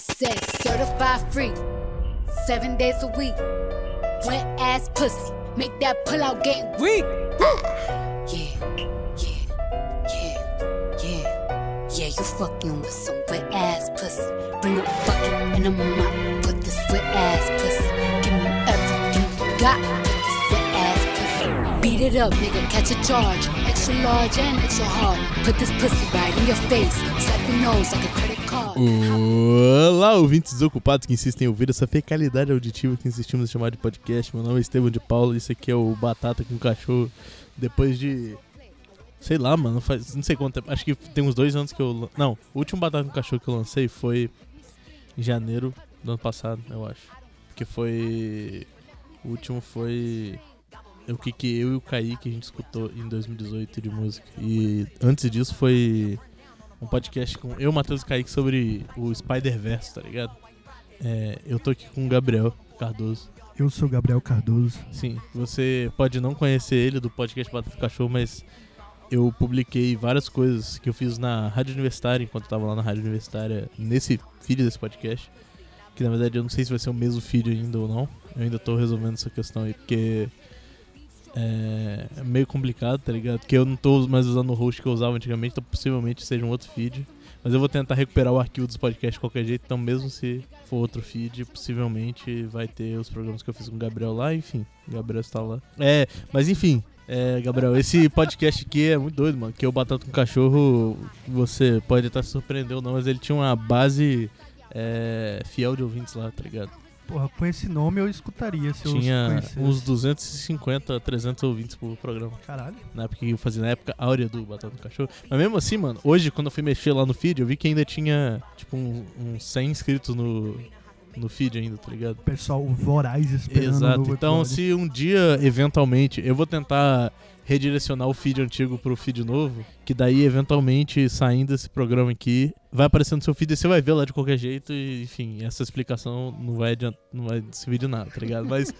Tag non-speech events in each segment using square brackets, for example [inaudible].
Say certified free, seven days a week. Wet ass pussy, make that pull out game weak. Ah. yeah, yeah, yeah, yeah, yeah. You fucking with some wet ass pussy. Bring a bucket and a mop, put this wet ass pussy. Give me everything you got, put this wet ass pussy. Beat it up, nigga, catch a charge. Extra large and extra hard. Put this pussy right in your face. Slap your nose like a credit card. Olá, ouvintes desocupados que insistem em ouvir essa fecalidade auditiva que insistimos em chamar de podcast. Meu nome é Estevam de Paula, isso aqui é o Batata com Cachorro. Depois de. Sei lá, mano, faz. Não sei quanto tempo. Acho que tem uns dois anos que eu. lan- Não, o último Batata com Cachorro que eu lancei foi em janeiro do ano passado, eu acho. Porque foi. O último foi. O que, que eu e o Kaique a gente escutou em 2018 de música. E antes disso foi um podcast com eu, Matheus e Kaique sobre o Spider-Verse, tá ligado? É, eu tô aqui com o Gabriel Cardoso. Eu sou Gabriel Cardoso. Sim, você pode não conhecer ele do podcast Batata do Cachorro, mas eu publiquei várias coisas que eu fiz na Rádio Universitária, enquanto eu tava lá na Rádio Universitária, nesse feed desse podcast. Que na verdade eu não sei se vai ser o mesmo feed ainda ou não. Eu ainda tô resolvendo essa questão aí, porque é, é meio complicado, tá ligado? Porque eu não tô mais usando o host que eu usava antigamente, então possivelmente seja um outro feed. Mas eu vou tentar recuperar o arquivo dos podcasts de qualquer jeito, então mesmo se for outro feed, possivelmente vai ter os programas que eu fiz com o Gabriel lá, enfim. O Gabriel está lá. É, mas enfim, é, Gabriel, [laughs] esse podcast aqui é muito doido, mano. Que é o Batata com Cachorro, você pode estar se surpreendendo ou não, mas ele tinha uma base é, fiel de ouvintes lá, tá ligado? Porra, com esse nome eu escutaria se eu tinha conhecesse. uns 250, 300 ouvintes por programa. Caralho. Na época que eu fazia, na época áurea do Batata do Cachorro. Mas mesmo assim, mano, hoje quando eu fui mexer lá no feed, eu vi que ainda tinha, tipo, uns um, 100 inscritos no, no feed ainda, tá ligado? O pessoal voraz esperando o Exato. novo Então, episódio. se um dia, eventualmente, eu vou tentar redirecionar o feed antigo pro feed novo, que daí, eventualmente, saindo esse programa aqui, vai aparecer no seu feed e você vai ver lá de qualquer jeito. E, enfim, essa explicação não vai, adiant- não vai servir de nada, tá ligado? Mas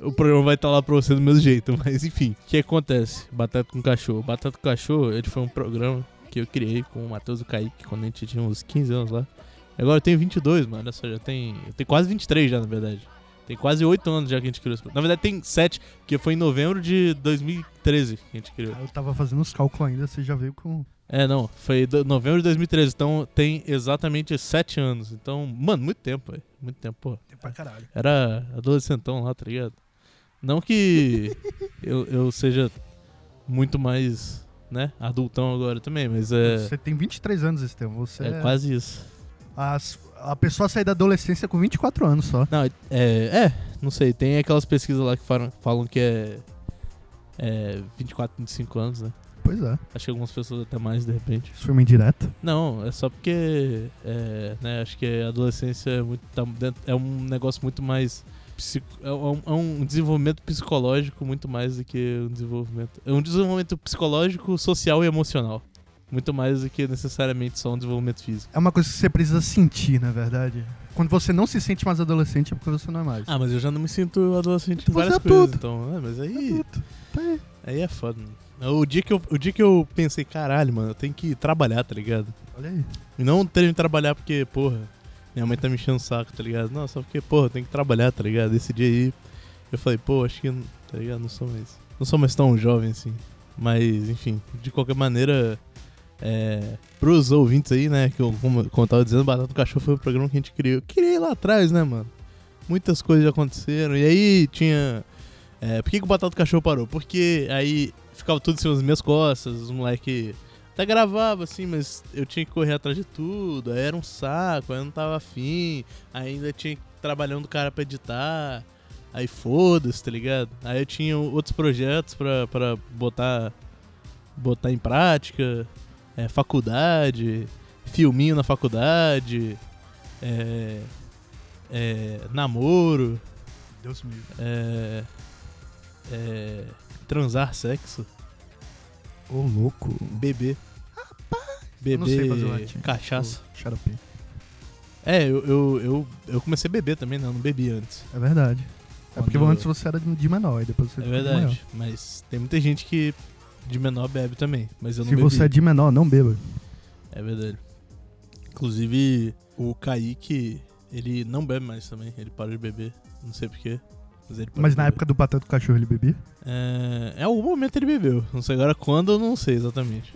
o programa vai estar lá pra você do mesmo jeito. Mas, enfim, o que acontece? Batata com Cachorro. Batata com Cachorro, ele foi um programa que eu criei com o Matheus e o Kaique quando a gente tinha uns 15 anos lá. Agora eu tenho 22, mano. Olha só, já tem. Eu tenho quase 23 já, na verdade. Tem quase 8 anos já que a gente criou esse programa. Na verdade, tem 7, porque foi em novembro de 2013 que a gente criou. Ah, Eu tava fazendo os cálculos ainda, você já veio com. É, não, foi do- novembro de 2013, então tem exatamente 7 anos. Então, mano, muito tempo, velho. Muito tempo, pô. Tem pra caralho. Era adolescentão lá, tá ligado? Não que eu, eu seja muito mais, né, adultão agora também, mas é, Você tem 23 anos, Estevam. Você é quase isso. as- a pessoa sai da adolescência com 24 anos só. Não, é, é, não sei, tem aquelas pesquisas lá que falam, falam que é, é 24, 25 anos, né? Pois é. Acho que algumas pessoas até mais, de repente. Isso foi uma indireta. Não, é só porque. É, né, acho que a adolescência é, muito, tá dentro- é um negócio muito mais. psico- é, um, é um desenvolvimento psicológico muito mais do que um desenvolvimento. É um desenvolvimento psicológico, social e emocional. Muito mais do que necessariamente só um desenvolvimento físico. É uma coisa que você precisa sentir, na verdade. Quando você não se sente mais adolescente é porque você não é mais. Ah, mas eu já não me sinto adolescente em Você várias é coisas, tudo. então. É, mas aí. Tá aí. Aí é foda. mano. O dia, que eu, o dia que eu pensei, caralho, mano, eu tenho que trabalhar, tá ligado? Olha aí. E não ter de trabalhar porque, porra, minha mãe tá me enchendo o saco, tá ligado? Não, só porque, porra, tem que trabalhar, tá ligado? Esse dia aí, eu falei, pô, acho que, eu não- tá ligado? Não sou mais. Não sou mais tão jovem assim. Mas, enfim, de qualquer maneira, é. Pros ouvintes aí, né? Que eu, como, como eu tava dizendo, Batata do Cachorro foi o programa que a gente criou. Criei lá atrás, né, mano? Muitas coisas já aconteceram. E aí tinha. é, por que, que o Batata do Cachorro parou? Porque aí ficava tudo em cima das minhas costas, os moleque até gravava, assim, mas eu tinha que correr atrás de tudo. Aí era um saco, aí eu não tava afim. Ainda tinha que trabalhando o cara pra editar. Aí foda-se, tá ligado? Aí eu tinha outros projetos pra, pra botar, botar em prática. é, faculdade, filminho na faculdade, é, é, namoro, Deus me livre. é, é, transar sexo. Ô, louco. Bebê. Bebê, não sei fazer latim. cachaça. Ô, xarope. É, eu, eu, eu, eu comecei a beber também, né? Eu não bebi antes. É verdade. É porque Quando- antes você era de menor e depois você É ficou de maior. verdade. Mas tem muita gente que de menor bebe também. Mas eu não Se bebi. você é de menor, não beba. É verdade. Inclusive, o Kaique Ele não bebe mais também, ele parou de beber, não sei porquê. Mas, ele parou Mas de na beber. época do Batata do Cachorro ele bebia? É, em algum momento ele bebeu. Não sei agora quando, eu não sei exatamente.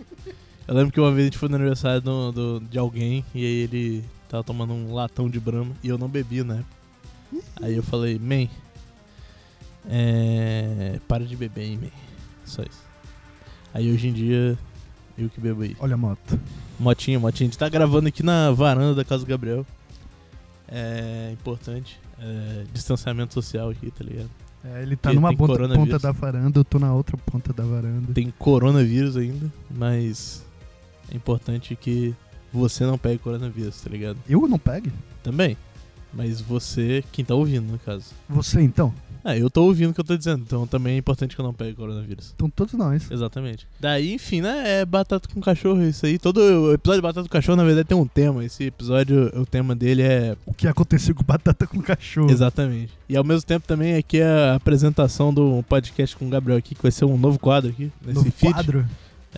Eu lembro que uma vez a gente foi no aniversário do- do- de alguém e aí ele tava tomando um latão de brama e eu não bebi na época. Aí eu falei, man, é, para de beber, hein, man. Só isso. Aí hoje em dia, eu que bebo aí. Olha a moto. Motinha, motinha. A gente tá gravando aqui na varanda da casa do Gabriel. É importante. É, distanciamento social aqui, tá ligado? É, ele tá Tem- numa tem ponta, coronavírus. ponta da varanda, eu tô na outra ponta da varanda. tem coronavírus ainda, mas é importante que você não pegue coronavírus, tá ligado? Eu não pegue? Também. Mas você, quem tá ouvindo, no caso. Você então? É, eu tô ouvindo o que eu tô dizendo, então também é importante que eu não pegue coronavírus. Então todos nós. Exatamente. Daí, enfim, né? É batata com cachorro, é isso aí. Todo episódio de batata com cachorro, na verdade, tem um tema. Esse episódio, o tema dele é. O que aconteceu com Batata com Cachorro? Exatamente. E ao mesmo tempo também aqui é a apresentação do podcast com o Gabriel aqui, que vai ser um novo quadro aqui, nesse No feed. quadro?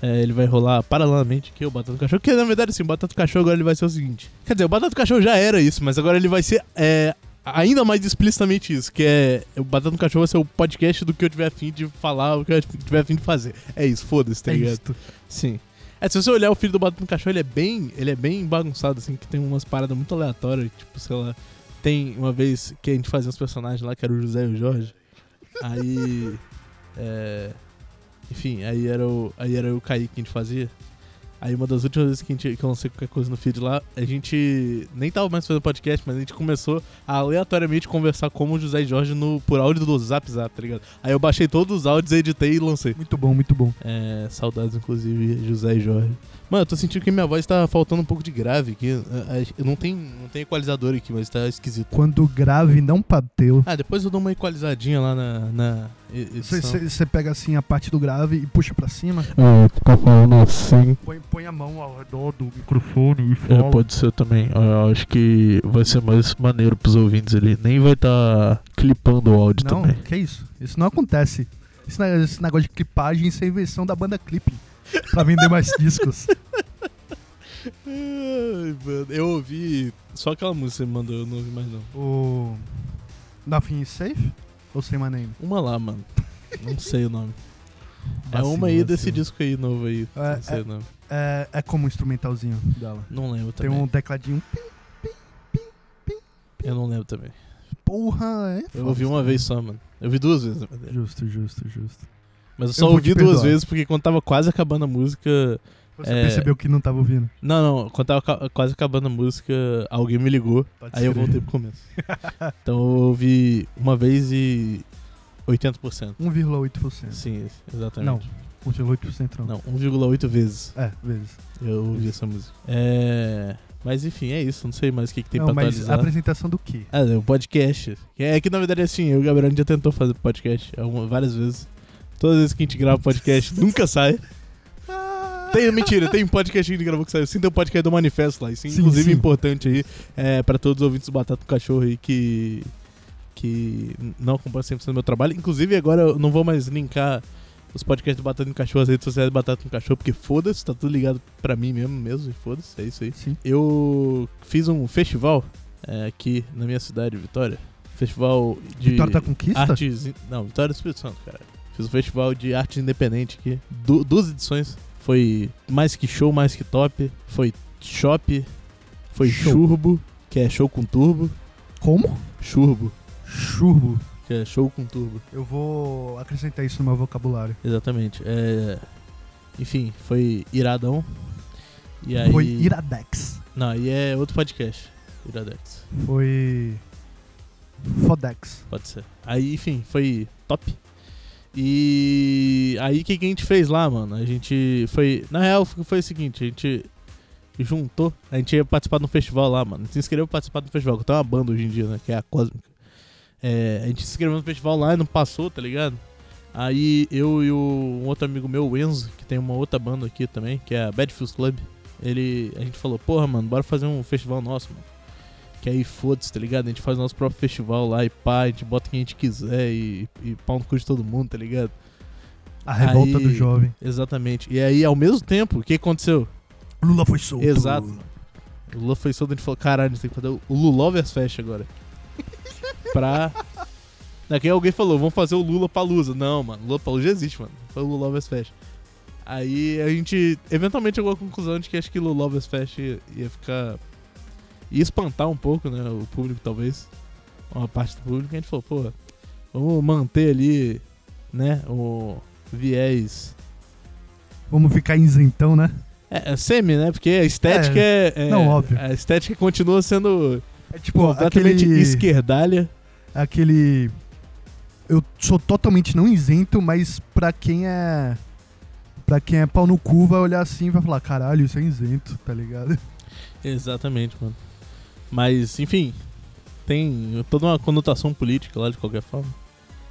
É, ele vai rolar paralelamente que o Batata do Cachorro. Que na verdade, assim, o Batata do Cachorro agora ele vai ser o seguinte. Quer dizer, o Batata do Cachorro já era isso, mas agora ele vai ser é, ainda mais explicitamente isso. Que é. O Batata do Cachorro vai ser o podcast do que eu tiver afim de falar, o que eu tiver afim de fazer. É isso, foda-se, tá é ligado? isto. Sim. É, se você olhar o filho do Batata do Cachorro, ele é bem. Ele é bem bagunçado, assim, que tem umas paradas muito aleatórias, tipo, sei lá, tem uma vez que a gente fazia uns personagens lá, que era o José e o Jorge. Aí. [laughs] é, enfim, aí era o. Aí era o Kaique que a gente fazia. Aí uma das últimas vezes que, a gente, que eu lancei qualquer coisa no feed lá, a gente nem tava mais fazendo podcast, mas a gente começou a aleatoriamente conversar como o José e Jorge no, por áudio do Zap Zap, tá ligado? Aí eu baixei todos os áudios, editei e lancei. Muito bom, muito bom. É, saudades, inclusive, José e Jorge. Mano, eu tô sentindo que minha voz tá faltando um pouco de grave aqui. É, é, Eu não tem, não tem equalizador aqui, mas tá esquisito. Quando o grave não bateu, Ah, depois eu dou uma equalizadinha lá na. na e- edição. você pega assim a parte do grave e puxa pra cima, É, ficar falando assim. põe, põe a mão ao redor do microfone e É, fala. pode ser também. Eu acho que vai ser mais maneiro pros ouvintes ali. Nem vai tá clipando o áudio não, também. que isso? Isso não acontece. Esse, ne- esse negócio de clipagem, isso é invenção da banda clipe. Pra vender [laughs] mais discos. Ai, mano, eu ouvi só aquela música que você mandou, eu não ouvi mais não. o. Nothing is safe? Ou sem my name? Uma lá, mano. Não sei o [laughs] nome. É uma aí Vacilo, desse vacilo. disco aí novo aí. Assim, É, não sei é. o nome. É, é como um instrumentalzinho dela. Não lembro Tem também. um tecladinho. Eu não lembro também. Porra, é Eu foda ouvi isso uma também. vez só, mano. Eu ouvi duas vezes, na verdade. Justo, justo, justo. Mas eu só Eu vou te ouvi duas perdoar. vezes porque quando tava quase acabando a música. Você É. percebeu que não tava ouvindo? Não, não, quando tava ca- quase acabando a música, alguém me ligou. Pode Aí eu crer. voltei pro começo. [laughs] então eu ouvi uma vez e 80%. 1,8%. Sim, Não, exatamente. 1,8% não. Não, 1,8 vezes É, vezes. eu ouvi essa música. É. Mas enfim, é isso. Não sei mais o que, que tem não, pra mas atualizar. a apresentação do quê? Ah, o podcast. É que na verdade assim, eu e o Gabriel a gente já tentou fazer podcast alguma- várias vezes. Todas as vezes que a gente grava podcast, [laughs] nunca sai. Ah. Tem, mentira, tem um podcast que a gente gravou que saiu. Sim, tem um podcast do Manifesto lá. Isso, Sim, inclusive, sim. é importante aí é, pra todos os ouvintes do Batata com Cachorro aí que, que não acompanham 100% do meu trabalho. Inclusive, agora eu não vou mais linkar os podcasts do Batata com Cachorro, as redes sociais do Batata com Cachorro, porque foda-se, tá tudo ligado pra mim mesmo, mesmo, e foda-se, é isso aí. Sim. Eu fiz um festival é, aqui na minha cidade, Vitória. Festival de Vitória tá da Conquista? artes. in- Não, Vitória é do Espírito Santo, cara. Fiz um festival de arte independente aqui. Du- duas edições. Foi mais que show, mais que top. Foi shop. Foi Show. churbo, que é show com turbo. Como? Churbo, Churbo. que é show com turbo. Eu vou acrescentar isso no meu vocabulário. Exatamente. É, Enfim, foi iradão. E aí. Foi Iradex. Não, aí é outro podcast. Iradex. Foi. Fodex. Pode ser. Aí, enfim, foi top. E aí, o que, que a gente fez lá, mano? A gente foi. Na real, foi foi o seguinte: a gente juntou. A gente ia participar de um festival lá, mano. A gente se inscreveu pra participar do festival, que tem uma banda hoje em dia, né? Que é a Cósmica. É, a gente se inscreveu no festival lá e não passou, tá ligado? Aí eu e o, um outro amigo meu, o Enzo, que tem uma outra banda aqui também, que é a Badfields Club. Ele, a gente falou, porra, mano, bora fazer um festival nosso, mano. Que aí foda-se, tá ligado? A gente faz nosso próprio festival lá e pá, a gente bota quem a gente quiser e, e pau no cu de todo mundo, tá ligado? A revolta Aí- do jovem. Exatamente. E aí, ao mesmo tempo, o que aconteceu? Lula foi solto. Exato. O Lula foi solto e falou: caralho, a gente tem que fazer o Lulovers Fest [laughs] agora. pra. Daqui alguém falou: vamos fazer o Lula Palusa. Não, mano, Lula Palusa existe, mano. Foi o Lulovers Fest. Aí a gente eventualmente chegou à conclusão de que acho que Lulovers Fest ia, ia ficar. ia espantar um pouco, né? O público, talvez. Uma parte do público. A gente falou: pô, vamos manter ali, né? O viés. Vamos ficar isentão, né? É, é semi, né? Porque a estética é. é- não, óbvio. A estética continua sendo É tipo completamente aquele, esquerdalha. aquele... Eu sou totalmente não isento, mas pra quem é... Pra quem é pau no cu, vai olhar assim e vai falar, caralho, isso é isento, tá ligado? Exatamente, mano. Mas, enfim, tem toda uma conotação política lá de qualquer forma.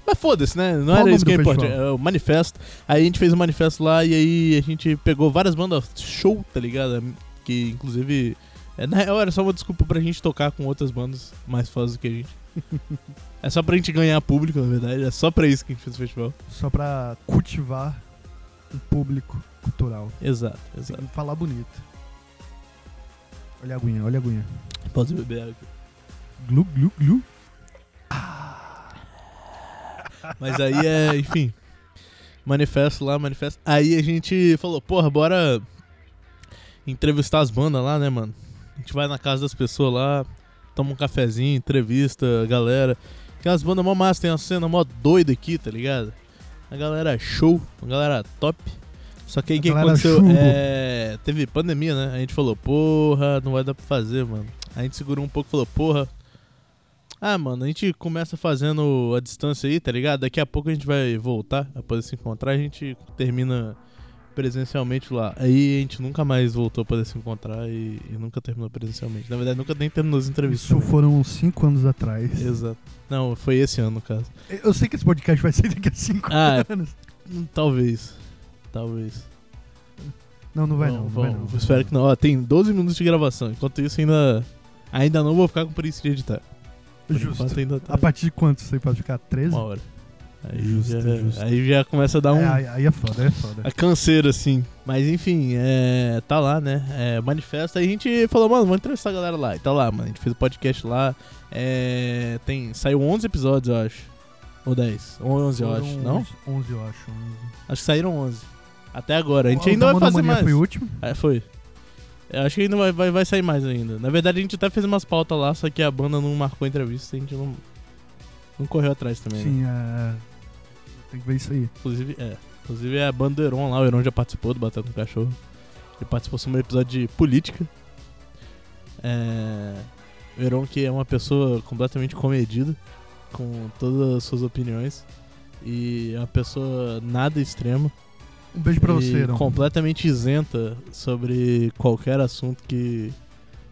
Mas foda-se, né? Não Qual o era isso que nome do é importante. festival? É o manifesto. Aí a gente fez o manifesto lá e aí a gente pegou várias bandas show, tá ligado? Que inclusive. é, Na real era só uma desculpa pra gente tocar com outras bandas mais fãs do que a gente. [laughs] é só pra gente ganhar público, na verdade. É só pra isso que a gente fez o festival. Só pra cultivar um público cultural. Exato, Tem exato. que falar bonito. Olha a aguinha, olha a aguinha. Pode beber água. Glu, glu, glu. Mas aí é, enfim. Manifesto lá, manifesto. Aí a gente falou, porra, bora entrevistar as bandas lá, né, mano? A gente vai na casa das pessoas lá, toma um cafezinho, entrevista a galera. Tem umas bandas mó massa, tem uma cena mó doida aqui, tá ligado? A galera é show, a galera é top. Só que aí A o que galera aconteceu? chumbo. É, teve pandemia, né? A gente falou, porra, não vai dar pra fazer, mano. A gente segurou um pouco e falou, porra. Ah, mano, a gente começa fazendo a distância aí, tá ligado? Daqui a pouco a gente vai voltar, após se encontrar, a gente termina presencialmente lá. Aí a gente nunca mais voltou a poder se encontrar e, e nunca terminou presencialmente. Na verdade, nunca nem terminou as entrevistas. né? Isso foram cinco anos atrás. Exato. Não, foi esse ano, no caso. Eu sei que esse podcast vai ser daqui a cinco Ah, anos. Hum, Talvez. Talvez. Não, não vai Bom, não. não, bom, vai não. Espero que não. Ó, tem 12 minutos de gravação. Enquanto isso, ainda. Ainda não vou ficar com preguiça de editar. Por Justo. enquanto, ainda tá A partir de quanto você pode ficar? 13? uma hora. Aí, Justo, já, justo. aí já começa a dar um. É, aí- aí é foda, aí é foda. A canseira, assim. Mas enfim, é, tá lá, né? É, manifesta. Aí a gente falou, mano, vamos entrevistar a galera lá. E tá lá, mano. A gente fez o podcast lá. É, tem, saiu 11 episódios, eu acho. Ou 10. Ou 11, é eu acho. Foram Não? uns 11, eu acho. 11. Acho que saíram 11. Até agora. A gente O ainda da vai fazer Monomania mais. Foi o último? É, foi. Eu acho que ainda vai, vai, vai sair mais ainda. Na verdade, a gente até fez umas pautas lá, só que a banda não marcou entrevista, a gente não, não correu atrás também. né? Sim, é... Tem que ver isso aí. Inclusive, é. Inclusive é a banda do Heron lá, o Heron já participou do Batendo no Cachorro. Ele participou sobre um episódio de política. É. O Heron que é uma pessoa completamente comedida, com todas as suas opiniões. E é uma pessoa nada extrema. Um beijo pra e você, Heron. completamente isenta sobre qualquer assunto que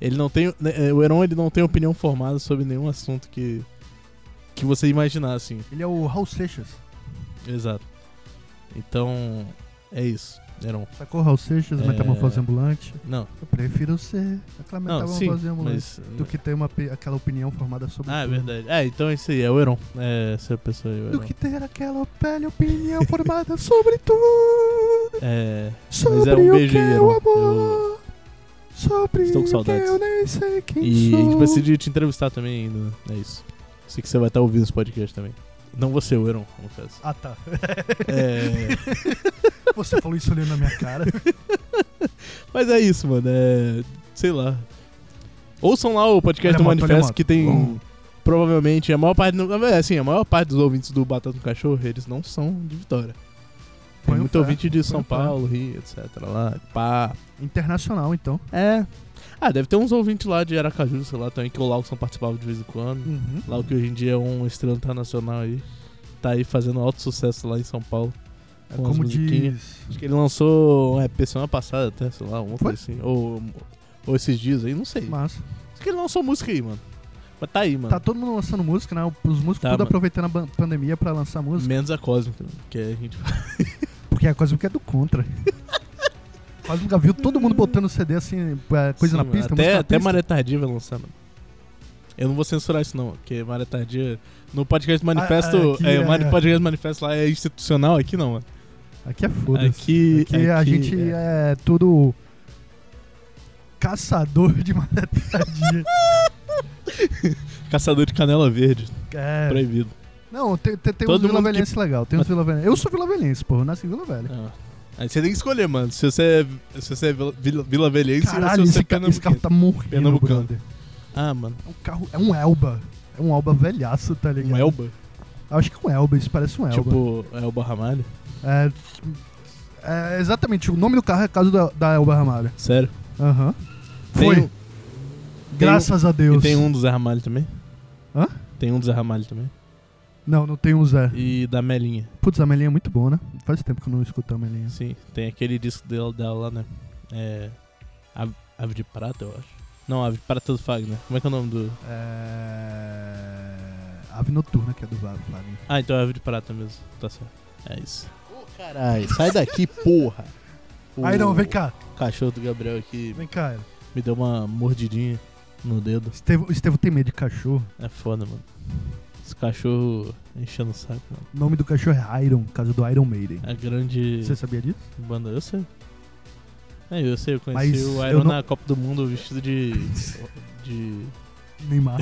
ele não tem, né, é, o Heron ele não tem opinião formada sobre nenhum assunto que que você imaginar assim. Ele é o Raul Seixas. Exato. Então, é isso, Heron. Sacou Raul Seixas, É. Metamorfose Ambulante? Não, Eu prefiro ser aquela não, Metamorfose sim, Ambulante mas um né, do que ter uma, pe- aquela opinião formada sobre Ah, é tudo. verdade. É, então é isso aí, é o Heron. É, essa pessoa aí, o Do Heron. que ter aquela velha opinião formada sobre tudo. É, Sobre é um beijo o que aí, é Heron. o amor. Sobre Estou com o que saudades. eu nem sei quem e sou. a gente precisa de te entrevistar também ainda, né? é isso. Sei que você vai estar ouvindo esse podcast também. Não você, o Heron, no caso. Ah, tá. É... [laughs] Você falou isso olhando na minha cara. Mas é isso, mano. É. Sei lá. Ouçam lá o podcast Olha a do moto, olha a Manifesto moto. que tem. Bum. Provavelmente a maior parte. não- é, Assim, a maior parte dos ouvintes do Batata no Cachorro, eles não são de Vitória. Tem Põe muito um fé, ouvinte de põe São fé. Paulo, Rio, etc. Lá. Pá. Internacional, então. É. Ah, deve ter uns ouvintes lá de Aracaju, sei lá, também, que o Laudson participava de vez em quando. Uhum. Lá o que hoje em dia é um estrela internacional aí. Tá aí fazendo alto sucesso lá em São Paulo. É com as como musiquinhas. diz. Acho que ele lançou um EP semana passada até, sei lá, ontem Foi? assim. Ou, ou esses dias aí, não sei. Mas Acho que ele lançou música aí, mano. Mas tá aí, mano. tá todo mundo lançando música, né? Os músicos Tá, tudo mano. aproveitando a ban- pandemia pra lançar música. Menos a Cósmica, mano, que a gente Porque a Cosmic é [laughs] do contra. Quase nunca viu todo mundo botando CD assim, é, coisa Sim, na mano, pista, Até, música na até pista. Maré Tardia vai lançar, mano. Eu não vou censurar isso, não, porque Maré Tardia. No podcast Manifesto. Ah, ah, aqui é, é- mani- podcast Manifesto lá é institucional aqui, não, mano. Aqui é foda-se. Aqui, Aqui, a gente é, tudo Caçador de Batata [laughs] Tardia. Caçador de canela verde, É. proibido. Não, tem, tem, tem Todo uns Vila mundo que- Velhense legal. Tem uns Vila Velhense. Eu sou Vila Velhense, porra. Eu nasci em Vila Velha. Ah. Aí você tem que escolher, mano. Se você é, se você é vila, vila, vila velhense Caralho, ou se você é esse, ca- esse carro pernambuquense. tá morrendo, Pernambucano. brother. Ah, mano. É um carro... É um Elba. É um Elba velhaço, tá ligado? Um Elba? Acho que é um Elba. Isso parece um Elba. Tipo, Elba Ramalho? É... é, Exatamente. O nome do carro é caso da, da Elba Ramalho. Sério? Aham. Tem Foi. um- Graças a E Deus. tem um do Zé Ramalho também? Hã? Tem um do Zé Ramalho também. Não, não tem um Zé. E da Melinha. Putz, a Melinha é muito boa, né? Faz tempo que eu não escuto a Melinha. Sim, tem aquele disco dela, dela lá, né? É. Ave, Ave de Prata, eu acho. Não, Ave de Prata do Fagner. Como é que é o nome do. É... Ave Noturna, que é do Vale. Vale. Ah, então é Ave de Prata mesmo. Tá certo. É isso. Caralho, sai [laughs] daqui, porra. O Aí não, vem cá. cachorro do Gabriel aqui Vem cá. me deu uma mordidinha no dedo. Estevo, Estevo tem medo de cachorro. É foda, mano. Esse cachorro enchendo o saco, mano. É O nome do cachorro é Iron, caso do Iron Maiden. A grande Você sabia disso? banda. Eu sei. É, eu sei, eu conheci Mas o eu Iron não- na Copa do Mundo vestido [laughs] de. de. [laughs] Neymar.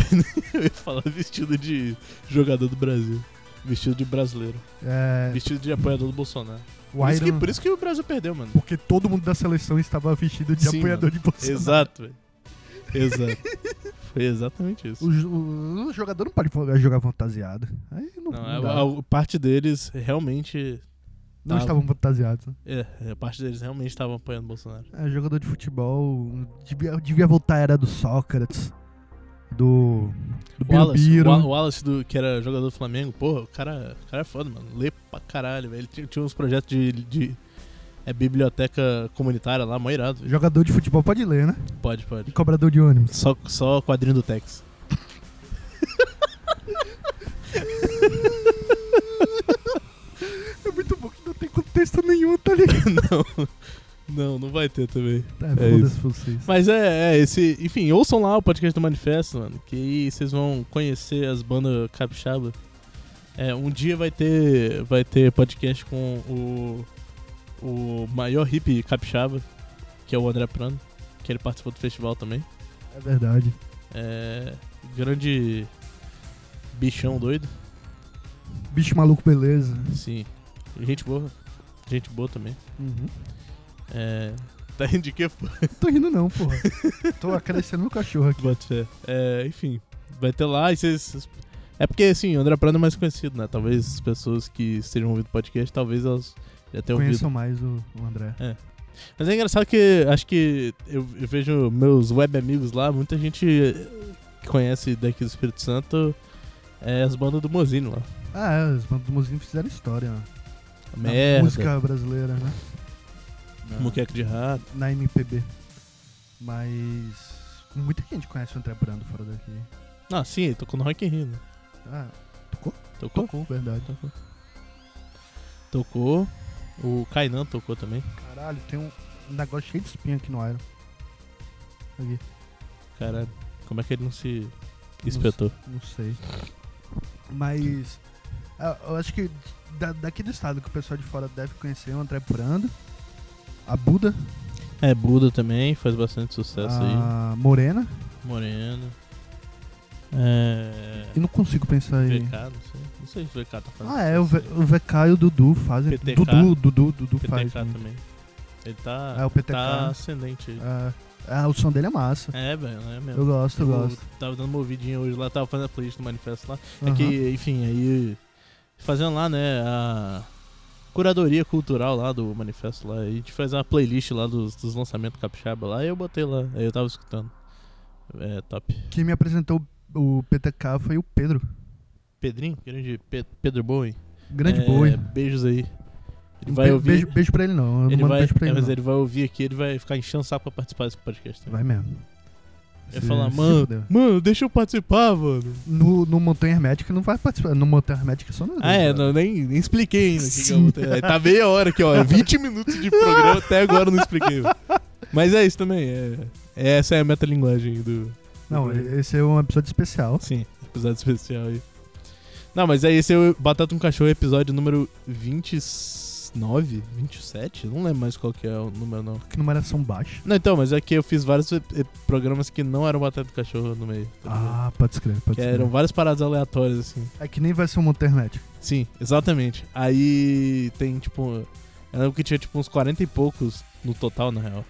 Eu ia falar vestido de jogador do Brasil. Vestido de brasileiro. É, Vestido de apoiador do Bolsonaro. o Por isso, que, Iron... por isso que o Brasil perdeu, mano. Porque todo mundo da seleção estava vestido de Sim, apoiador de Bolsonaro. Exato, velho. Exato. Foi exatamente isso. [laughs] O, jo- o- o jogador não pode fo- jogar fantasiado. Aí não, Não, é não dá. a, a parte deles realmente. Não tava. estavam fantasiados. né? É, a parte deles realmente estavam apoiando o Bolsonaro. É, jogador de futebol devia, devia voltar à era do Sócrates, do, do Wallace, o Birubiru. Wa- o Wallace do, que era jogador do Flamengo, porra, o cara, o cara é foda, mano. Lê pra caralho, velho. Ele tinha, tinha uns projetos de, de é, biblioteca comunitária lá, mó irado. velho. Jogador de futebol pode ler, né? Pode, E pode. cobrador de ônibus. Só, só quadrinho do Tex. É muito bom que não tem contexto nenhum, tá ligado? não, não, não vai ter também. É, É foda-se vocês. Mas é, é, esse. Enfim, ouçam lá o podcast do Manifesto, mano. Que aí vocês vão conhecer as bandas capixaba. É, um dia vai ter. Vai ter podcast com o. O maior hippie capixaba, que é o André Prano, que ele participou do festival também. É verdade. É. Grande bichão doido. Bicho maluco, beleza. Sim. Gente boa. Gente boa também. É. [laughs] Tá rindo de quê, pô? Tô rindo não, porra. Tô acrescendo meu cachorro aqui. Bota fé. É, enfim, vai ter lá e vocês. É porque, assim, o André Prado é mais conhecido, né? Talvez as pessoas que estejam ouvindo o podcast, talvez elas já tenham ouvido. Conheçam mais o, o André. Mas é engraçado que acho que eu, eu vejo meus web amigos lá, muita gente que conhece daqui do Espírito Santo é as bandas do Mozinho lá. Ah, é, os bandos do Mozinho fizeram história, né? A Na Merda, música brasileira, né? Na- Muqueca de Rato. na MPB. Mas muita gente conhece o André Brando fora daqui. Ah, sim, ele tocou no Rock in Rio, né? Ah, Tocou? tocou, verdade. Tocou. Tocou. O Kainan tocou também. Caralho, tem um um negócio cheio de espinho aqui no Iron. Aqui, Caralho, como é que ele não se espetou? não sei. Mas ah, eu acho que da- daqui do estado que o pessoal de fora deve conhecer é o André Brando, a Buda, É, Buda também faz bastante sucesso aí. a Morena. Moreno. É. E não consigo pensar em. VK, não sei. Não sei se o VK tá fazendo. Ah, é, o, sucesso v, o VK e o Dudu fazem. PTK. Dudu, Dudu, Dudu aí. faz. PTK muito. também. Ele tá. É, o PTK. Tá ascendente aí. Ah, ah, o som dele é massa. É, velho, é mesmo. Eu gosto, eu gosto. Tava dando uma ouvidinha hoje lá, tava fazendo a playlist do manifesto lá. É Aham. que, enfim, aí. Fazendo lá, né, a. Curadoria cultural lá do manifesto lá. A gente faz uma playlist lá dos, dos lançamentos capixaba lá e eu botei lá. Aí eu tava escutando. É top. Quem me apresentou o PTK foi o Pedro. Pedrinho, grande Pe- Pedro Bowen. Grande É, boi. Beijos aí. Ele Um vai be- ouvir. Beijo, beijo pra ele não. Eu não ele mando vai, beijo pra é, ele. mas não. ele vai ouvir aqui, ele vai ficar enchendo o saco pra participar desse podcast. Né? Vai mesmo. Ele Se- vai falar, se mano, fudeu. mano, deixa eu participar, mano. No, no Montanha Hermética não vai participar. No Montanha Hermética só no. Ah, é, não, nem, nem expliquei ainda. o Que que eu Sim. vou ter. Aí tá meia hora aqui, ó. 20 minutos de programa, até agora eu não expliquei. mano. Mas é isso também, é, é- essa é a metalinguagem do. Não, esse é um episódio especial. Sim, episódio um especial aí. Não, mas é esse é o Batata com Cachorro, episódio número 20. 29, 27, não lembro mais qual que é o número não. Que um numeração baixa. Não, então, mas é que eu fiz vários e- e- programas que não eram Batalha do Cachorro no meio. tá ligado? Ah, pode escrever, pode que escrever. eram várias paradas aleatórias, assim. É que nem vai ser uma internet. Sim, exatamente. Aí tem, tipo. Eu lembro que tinha, tipo, uns 40 e poucos no total, na real.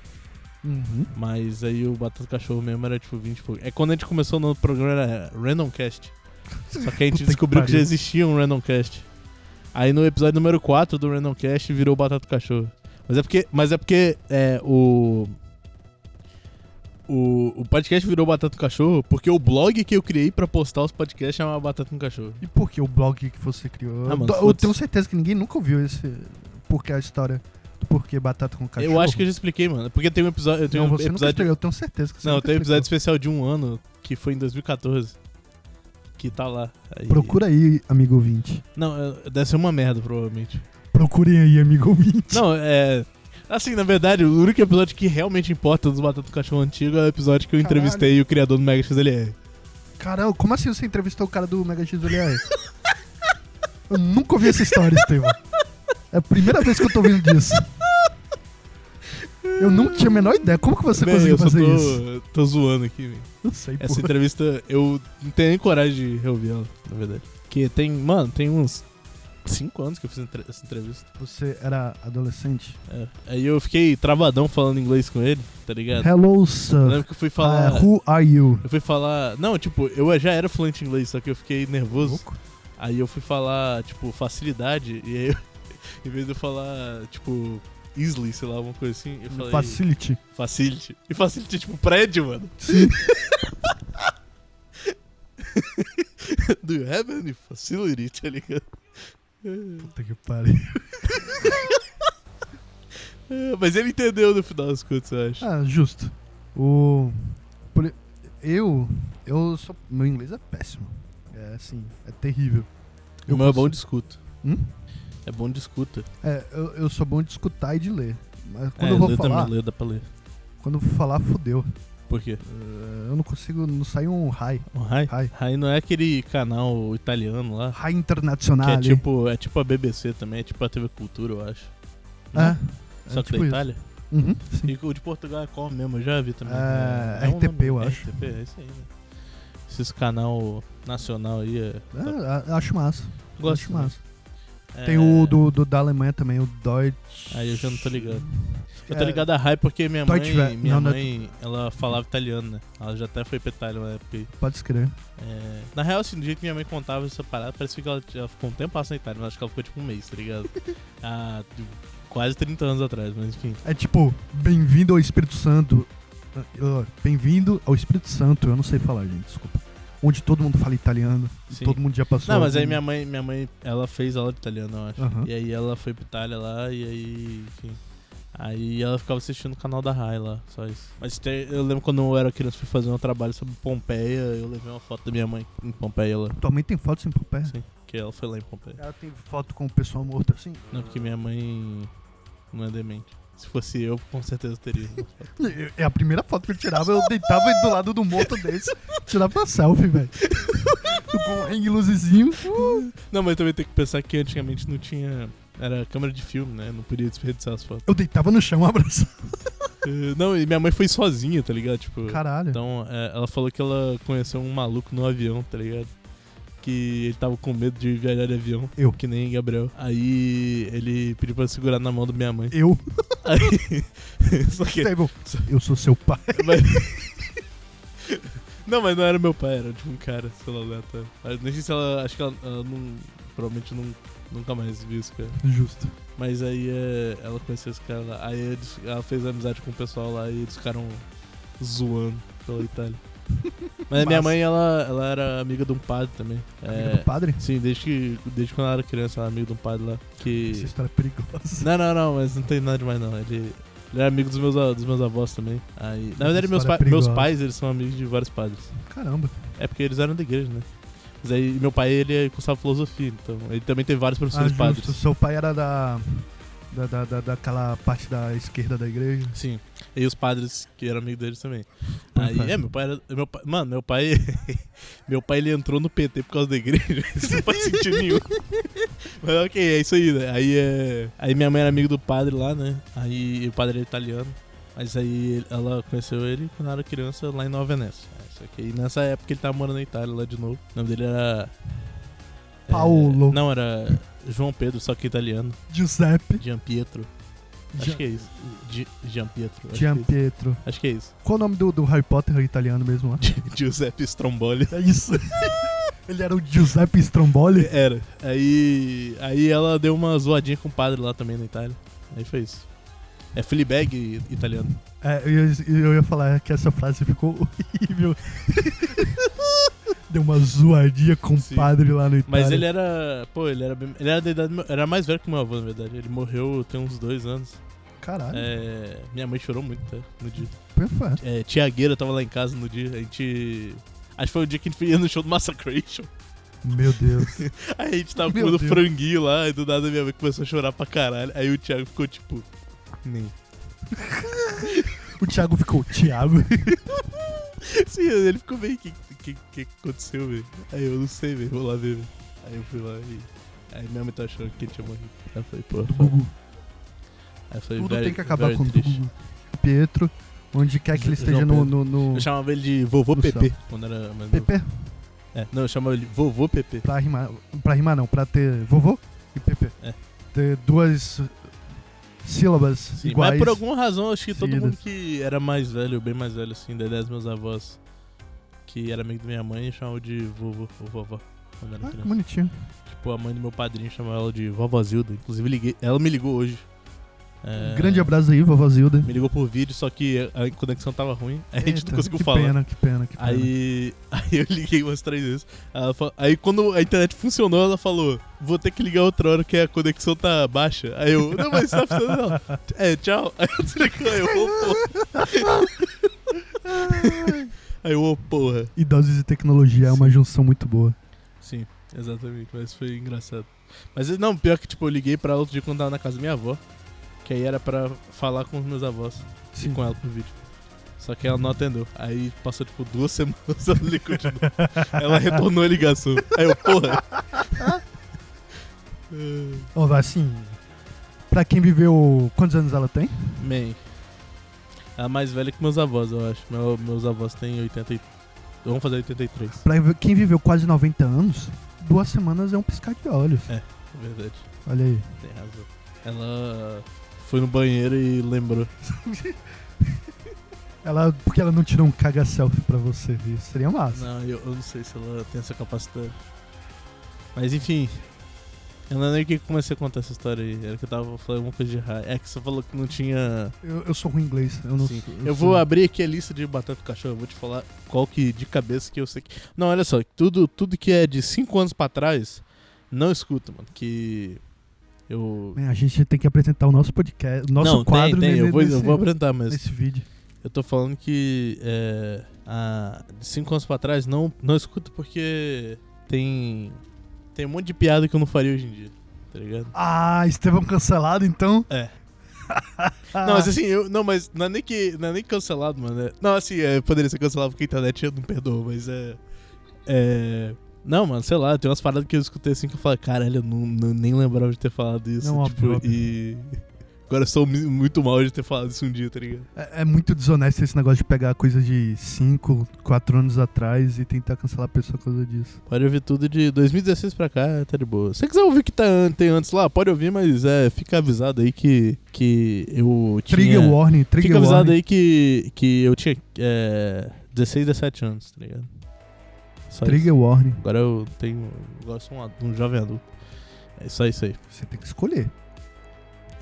Uhum. Mas aí o Batata do Cachorro mesmo era, tipo, 20 e poucos. É quando a gente começou no programa, era Random Cast. Só que a gente Puta que descobriu que, já pariu. existia um Random Cast. Aí no episódio número 4 do Random Cast virou Batata do Cachorro. Mas é porque, mas é porque é, o, o. O podcast virou Batata do Cachorro porque o blog que eu criei pra postar os podcasts chamava Batata com Cachorro. E por que o blog que você criou? Ah, mano, eu, foda-se. tenho certeza que ninguém nunca ouviu esse. Porque a história do porquê batata com cachorro. Eu acho que eu já expliquei, mano. Porque tem um episódio. Eu tenho Não, um você nunca episódio. explicou, eu tenho certeza que você Não, nunca tem um episódio explicou. especial de um ano que foi em 2014. Que tá lá. Aí- Procura aí, amigo ouvinte. Não, é- deve ser uma merda, provavelmente. Procurem aí, [laughs] amigo ouvinte. Não, é. Assim, na verdade, o único episódio que realmente importa dos Batata do Cachorro Antigo é o episódio que eu Caralho. entrevistei o criador do Mega XLR. Caramba, como assim você entrevistou o cara do Mega XLR? eu nunca ouvi essa história, Estevam. É a primeira vez que eu tô ouvindo disso. Eu não tinha a menor ideia. Como que você Bem, conseguiu eu só fazer tô, isso? tô zoando aqui, velho. Não sei, Essa pô. entrevista, eu não tenho nem coragem de reouvir ela, na verdade. Porque tem, mano, tem uns 5 anos que eu fiz entre- essa entrevista. Você era adolescente? É. Aí eu fiquei travadão falando inglês com ele, tá ligado? Hello, Eu sir. lembro que eu fui Ah, falar. who are you? Eu fui falar. Não, tipo, eu já era fluente em inglês, só que eu fiquei nervoso. Louco. Aí eu fui falar, tipo, facilidade, e aí eu, [laughs] em vez de eu falar, tipo, easily, sei lá, alguma coisa assim, eu falei Facility. facility. E facility é tipo prédio, mano. Sim. [laughs] Do you have any facility, tá ligado? Puta que pariu. É, Mas ele entendeu no final das contas, eu acho. Ah, justo. O. por- Eu. Eu sou. Meu inglês é péssimo. É assim, é terrível. eu Mas é bom consigo- de escuta. Hum? É bom de escuta. É, eu, eu sou bom de escutar e de ler. Mas quando é, eu vou ler falar. também, ler, dá pra ler. Quando eu vou falar, fodeu. Por quê? Eh, Eu não consigo. Não sai um high. O Rai? Rai. Rai não é aquele canal italiano lá. High Que é internacional. tipo, é tipo a BBC também, é tipo a TV Cultura, eu acho. É, né? Só é que tipo da isso. Itália. Uhum, sim. E o de Portugal é qual mesmo? Eu já vi também. Ah, um RTP, nome, eu acho. RTP, é isso aí, né? Esses canal nacional aí. É... top. Ah, a- acho massa. Gosto acho também. massa. É, Tem o do, do da Alemanha também, o Deutsch. Aí eu já não tô ligado. Eu É, tô ligado a Rai porque minha Deutsche mãe, Welle. minha Não, não é mãe ela falava italiano, né? Ela já até foi pra Itália uma época. aí. Pode escrever. É, Na real, assim, do jeito que minha mãe contava essa parada, parece que ela, ela ficou um tempo na Itália, mas acho que ela ficou tipo um mês, tá [laughs] ligado? Há tipo, quase 30 anos atrás, mas enfim. É tipo, bem-vindo ao Espírito Santo. Ah, ah, Bem-vindo ao Espírito Santo. Eu não sei falar, gente, desculpa. Onde todo mundo fala italiano. e Sim. Todo mundo já passou. Não, mas aí algum- minha mãe, minha mãe, ela fez aula de italiano, eu acho. Aham. E aí ela foi pra Itália lá, e aí, enfim. Aí ela ficava assistindo o canal da Rai lá, só isso. Mas tem- eu lembro quando eu era criança, fui fazer um trabalho sobre Pompeia, eu levei uma foto da minha mãe em Pompeia lá. Tua mãe tem fotos em Pompeia? Sim, que ela foi lá em Pompeia. Ela tem foto com o pessoal morto assim? Não, porque minha mãe não é demente. Se fosse eu, com certeza teria. [laughs] Eu- É a primeira foto que eu tirava, eu deitava do lado do morto desse. Tirava uma selfie, velho. com um luzezinho. não, mas também tem que pensar que antigamente não tinha... Era câmera de filme, né? Não podia desperdiçar as [laughs] fotos. Eu deitava no chão, abraçado. Eh, Não, e minha mãe foi sozinha, tá ligado? Tipo... Caralho. Então, é, ela falou que ela conheceu um maluco no avião, tá ligado? Que ele tava com medo de viajar de avião. Eu. Que nem Gabriel. Aí ele pediu pra eu segurar na mão da minha [laughs] mãe. Eu, Aí. [laughs] Só que. [laughs] Table, eu sou seu pai. mas- não, mas não era meu pai, era tipo um cara, sei lá, aleatório. Eu Nem sei se ela. Acho que ela, ela não. Provavelmente não, nunca mais viu esse cara. Justo. Mas aí é, ela conheceu esse cara lá. Aí eles- ela fez amizade com o pessoal lá e eles ficaram zoando pela [laughs] Itália. Mas a minha Massa. mãe, ela, ela era amiga de um padre também. É, Amigo do padre? Sim, desde, que, desde quando ela era criança, ela era amiga de um padre lá. Essa Que... história é perigosa. Não, não, não, mas não tem nada demais não. Ele, ele era amigo dos meus, a- dos meus avós também. Aí, na verdade, meus, história é pa- meus perigosa. pais, eles são amigos de vários padres. Caramba. É porque eles eram da igreja, né? Mas aí, é, meu pai, ele cursava filosofia, então ele também teve vários Ah, professores justo. padres. Seu pai era da. Da, da, da- daquela parte da esquerda da igreja. Sim. E os padres que eram amigos deles também. Pô, Aí, cara. é, meu pai era. Meu pai, mano, meu pai. [laughs] meu pai ele entrou no PT por causa da igreja. [laughs] Isso não faz sentido [laughs] nenhum. Mas ok, é isso aí, né? Aí é. Aí minha mãe era amiga do padre lá, né? Aí o padre era italiano. Mas aí ele- ela conheceu ele quando era criança lá em Nova Venécia. É, Só que aí nessa época ele tava morando na Itália lá de novo. O nome dele era. é, Paulo. não, era João Pedro, só que italiano. Giuseppe Gian Pietro. Acho que é isso. Gi- Gian Pietro. acho que é isso. Giampietro. Acho que é isso. [laughs] Qual o nome do, do Harry Potter italiano mesmo lá? Giuseppe Stromboli. [laughs] É isso. [laughs] Ele era o Giuseppe Stromboli? Era. Aí, aí ela deu uma zoadinha com o padre lá também na Itália. Aí foi isso. É Fleabag italiano. É, eu, ia- eu ia falar que essa frase ficou horrível. [laughs] Deu uma zoadinha com o Sim. padre lá no Itália. Mas ele era. Pô, ele era bem- Ele era da idade. do meu- Era mais velho que meu avô, na verdade. Ele morreu tem uns dois anos. Caralho, É, minha mãe chorou muito tá, no dia. perfeito. É, Tiagueira tava lá em casa no dia. A gente. Acho que foi o dia que a gente ia no show do Massacration. [laughs] Meu Deus. Aí a gente tava Meu comendo Deus. franguinho lá, e do nada minha mãe começou a chorar pra caralho. Aí o Thiago ficou tipo. Nem. O Thiago ficou, Thiago? [laughs] [laughs] Sim, ele ficou meio, o que, que, que aconteceu, velho? Aí eu não sei, velho, vou lá ver, velho. Aí eu fui lá e... Aí minha mãe tá achando que ele tinha morrido. Aí eu falei, pô, foda. Gugu. Aí eu falei, Tudo very- tem que acabar very com triste. tudo. Pietro, onde quer que ele João esteja no, Pedro. no, no Eu chamava ele de vovô No Pepe, quando era mais novo. PP, É, não, eu chamava ele de vovô Pepe. pra rimar, pra rimar não, pra ter vovô e PP. É. Ter duas sílabas Sim, iguais. mas é por alguma razão, acho que todo seguidas. mundo que era mais velho, bem mais velho, assim, da idade dos meus avós, que era amigo da minha mãe, chamava de vovô ou vovó. Quando era Ah, que criança. bonitinho. Tipo, a mãe do meu padrinho chamava ela de vovózilda. Inclusive, liguei, ela me ligou hoje. É, Um Grande abraço aí, vovó Zilda. Me ligou por vídeo, só que a conexão tava ruim, [laughs] aí a gente Eita, não conseguiu que falar. Pena, que pena, que pena. Aí, aí eu liguei umas três vezes. Ela fa- Aí quando a internet funcionou, ela falou: Vou ter que ligar outra hora que a conexão tá baixa. Aí eu, não, mas tá funcionando. [laughs] Ela, É, tchau. Aí eu desligou, aí eu, ô [laughs] porra. Aí eu, ô porra. Idosos e tecnologia é uma junção muito boa. Sim, exatamente, mas foi engraçado. Mas não, pior que tipo, eu liguei pra outro dia quando tava na casa da minha avó. Que aí era pra falar com os meus avós. Sim. com ela pro vídeo. Só que ela não atendeu. Aí passou, tipo, duas [laughs] semanas, ela ligou de novo. Ela retornou a ligação. Aí eu, porra. Ah, Ó, assim, pra quem viveu... Quantos anos ela tem? Man. Ela é mais velha que meus avós, eu acho. Meu- meus avós têm 80 e... Vamos fazer 83, Pra quem viveu quase 90 anos, duas semanas é um piscar de olhos. na verdade. Olha aí. Tem razão. Ela foi no banheiro e lembrou. Ela, porque ela não tirou um caga selfie pra você ver? Seria massa. Não, eu, eu não sei se ela tem essa capacidade. Mas enfim. Eu não lembro que comecei a contar essa história aí. Era que eu tava falando alguma coisa de errado. É que você falou que não tinha. Eu, eu sou ruim em inglês. Eu não Sim. sou- Eu sou- vou abrir aqui a lista de batata com cachorro, eu vou te falar qual que de cabeça que eu sei que. Não, olha só, tudo, tudo que é de 5 anos pra trás, não escuta, mano. Que. Eu. Man, a gente tem que apresentar o nosso podcast, o nosso não, quadro tem, tem, ne- eu, vou, nesse, eu vou apresentar, mas nesse vídeo. eu tô falando que. É, a, de 5 anos pra trás, não, não escuta porque tem. Tem um monte de piada que eu não faria hoje em dia, tá ligado? Ah, Estevão cancelado, então? [laughs] É. Não, Ah. mas assim, eu, não, mas não é nem que. Não é nem cancelado, mano. é- não, assim, é, poderia ser cancelado porque a internet não perdoa, mas é. É. Não, mano, sei lá, tem umas paradas que eu escutei assim que eu falei, caralho, eu não, não- nem lembrava de ter falado isso. Não, tipo, óbvio, óbvio. e. [laughs] Agora eu sou mi- muito mal de ter falado isso um dia, tá ligado? É, é muito desonesto esse negócio de pegar coisa de 5, 4 anos atrás e tentar cancelar a pessoa por causa disso. Pode ouvir tudo de 2016 pra cá, tá de boa. Se você quiser ouvir o que tá, an- tem antes lá, pode ouvir, mas é, fica avisado aí que, que eu tinha... Trigger warning, trigger Fica avisado warning. aí que, que eu tinha é, 16, 17 anos, tá ligado? Só Trigger warning. isso. Agora eu tenho. Agora eu sou um, adu- um jovem adulto. É só isso aí. Você tem que escolher.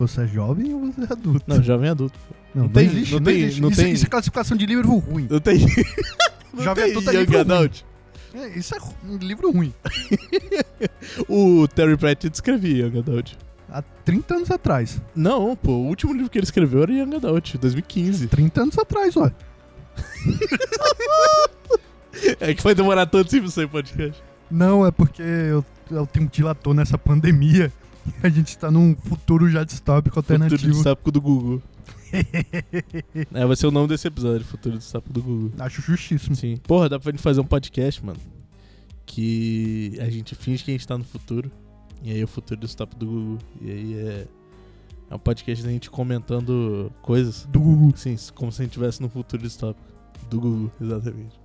Você é jovem ou você é adulto? [laughs] Não, jovem adulto. Não, não tem- existe, não não, tem- existe. não isso, tem- isso é classificação de livro ruim. Não tem. [laughs] não Jovem tem adulto é livro Young Adult. É, Isso é ru- um livro ruim. O Terry Pratchett escrevia Young Adult. Há 30 anos atrás. Não, pô, o último livro que ele escreveu era Young Adult, 2015. 30 anos atrás, ó. [laughs] É que vai demorar tanto tempo sair podcast. Não, é porque eu, eu tenho um dilator nessa pandemia. [laughs] A gente tá num futuro já distópico Futuro alternativo. distópico do Google. [laughs] é, vai ser o nome desse episódio, Futuro distópico do Google. Acho justíssimo. Sim. Porra, dá pra gente fazer um podcast, mano. Que a gente finge que a gente tá no futuro. E aí é o futuro distópico do Google. E aí é. É um podcast da gente comentando coisas. Do Google. Sim, como se a gente estivesse no futuro distópico. Do Google, exatamente.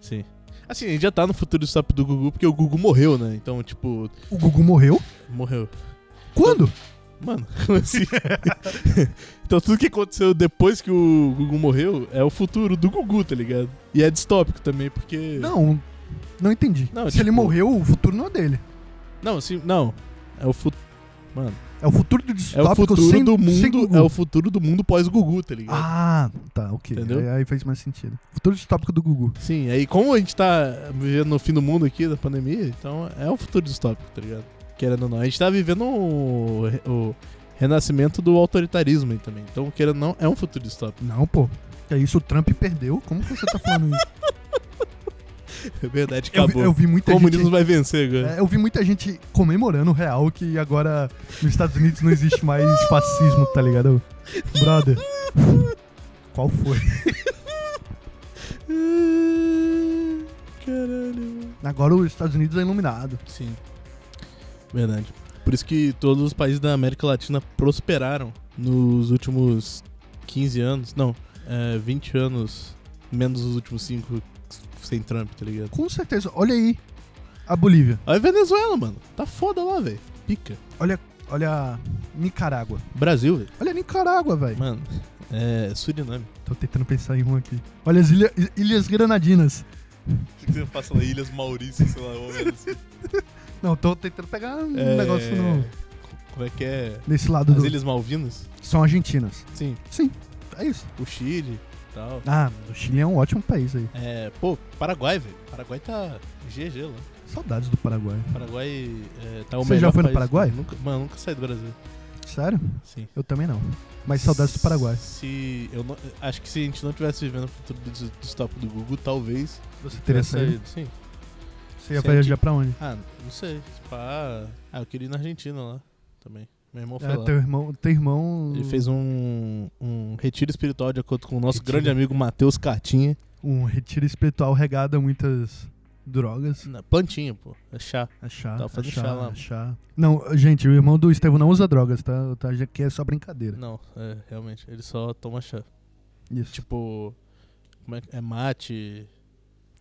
Sim. Assim, a gente já tá no futuro distópico do Google porque o Google morreu, né? Então, tipo, O Google morreu? morreu. Quando? Mano, como assim? [laughs] então tudo que aconteceu depois que o Gugu morreu é o futuro do Gugu, tá ligado? E é distópico também, porque. Não, não entendi. Não, Se tipo- ele morreu, o futuro não é dele. Não, assim, não. É o futuro. Mano, É o futuro do é distópico o futuro sem, do sem mundo. Google. É o futuro do mundo pós-Gugu, tá ligado? Ah, tá, ok. Entendeu? Aí, aí fez mais sentido. Futuro distópico do Google. Sim, aí como a gente tá vivendo no fim do mundo aqui, da pandemia, então é o futuro distópico, tá ligado? Querendo ou não. A gente tá vivendo o, o renascimento do autoritarismo aí também. Então, querendo ou não, é um futuro distópico. Não, pô. Que é isso, o Trump perdeu? Como que você tá falando isso? É verdade, Eu vi- acabou. Eu, vi muita o comunismo gente. vai vencer agora. é, eu vi muita gente comemorando o real que agora nos Estados Unidos não existe [laughs] mais fascismo, tá ligado? Brother. Qual foi? Ah, Caralho. Agora os Estados Unidos é iluminado. Sim. Verdade. Por isso que todos os países da América Latina prosperaram nos últimos 15 anos. Não, é, 20 anos, menos os últimos 5 sem Trump, tá ligado? Com certeza. Olha aí a Bolívia. Olha a Venezuela, mano. Tá foda lá, velho. Pica. Olha a Nicarágua. Brasil, velho. Olha a Nicarágua, velho. Mano, é Suriname. Tô tentando pensar em um aqui. Olha as ilha- Ilhas Granadinas. Achei que você passa na Ilhas Maurício, sei lá, Não, tô tentando pegar um negócio no, Como é que é? desse lado As do. Ilhas Malvinas? São argentinas. Sim. Sim, é isso. O Chile tal. Ah, o Chile é um ótimo país aí. É, pô, Paraguai, velho. Paraguai tá GG lá. Saudades do Paraguai. Paraguai é, tá o Você melhor já foi no país. Paraguai? Nunca, mano, nunca saí do Brasil. Sério? Sim. Eu também não. Mas saudades do Paraguai. Se eu não, acho que se a gente não tivesse vivendo o futuro do do distópico do Google, talvez Você teria tivesse saído. saído? Sim. Você ia Sei aqui. viajar pra onde? Ah, não sei. Se Pá... Ah, eu queria ir na Argentina lá também. Meu irmão foi É, lá. teu irmão, teu irmão Ele fez um, um retiro espiritual de acordo com o nosso Retiro. grande amigo Matheus Cartinha. um retiro espiritual regado a muitas drogas. Na plantinha, pô. É chá. É chá, Tava é fazendo chá, chá lá. é chá. Não, gente, o irmão do Estevão não usa drogas, tá? tá já que é só brincadeira. Não, é, realmente. Ele só toma chá. Isso. Tipo, Tipo. Como é, que- é mate.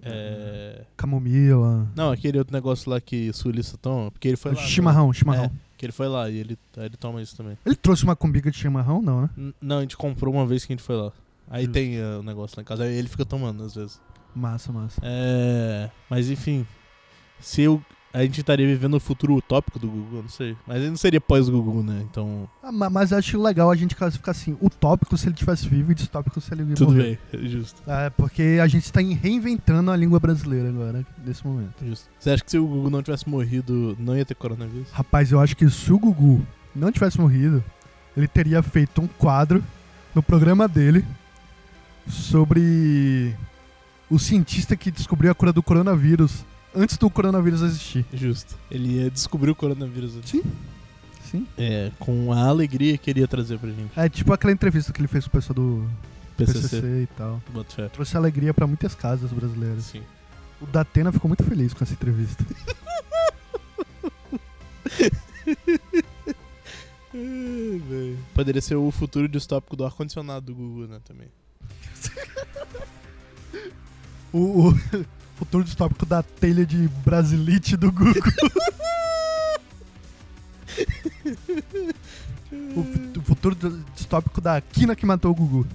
É. camomila. Não, aquele outro negócio lá que sulista toma. Porque ele foi lá. né? chimarrão, chimarrão. É, que ele foi lá e ele, aí ele toma isso também. Ele trouxe uma cumbica de chimarrão, não, né? N- não, a gente comprou uma vez que a gente foi lá. Aí Justo. tem é, o negócio lá em casa. Aí ele fica tomando às vezes. Massa, massa. É. Mas enfim. Se eu. A gente estaria vivendo o futuro utópico do Google, não sei. Mas ele não seria pós-Google, né? Então. Ah, ma- mas acho legal a gente classificar assim, utópico se ele tivesse vivo e distópico se ele Tudo morreu. bem, [laughs] é justo, É, porque a gente está em- reinventando a língua brasileira agora, nesse momento. justo. Você acha que se o Google não tivesse morrido, não ia ter coronavírus? Rapaz, eu acho que se o Gugu não tivesse morrido, ele teria feito um quadro no programa dele sobre o cientista que descobriu a cura do coronavírus antes do coronavírus existir. Justo. Ele ia descobrir o coronavírus. né? Sim. Sim. É, com a alegria que ele ia trazer pra gente. É tipo aquela entrevista que ele fez com o pessoal do PCC, PCC. e tal. Boto fé. Trouxe alegria pra muitas casas brasileiras. Sim. O Datena ficou muito feliz com essa entrevista. Ai, velho. Poderia ser o futuro distópico do ar-condicionado do Google, né, também. O, [laughs] o futuro distópico da telha de brasilite do Google. o, fu- o futuro do- distópico da quina que matou o Gugu.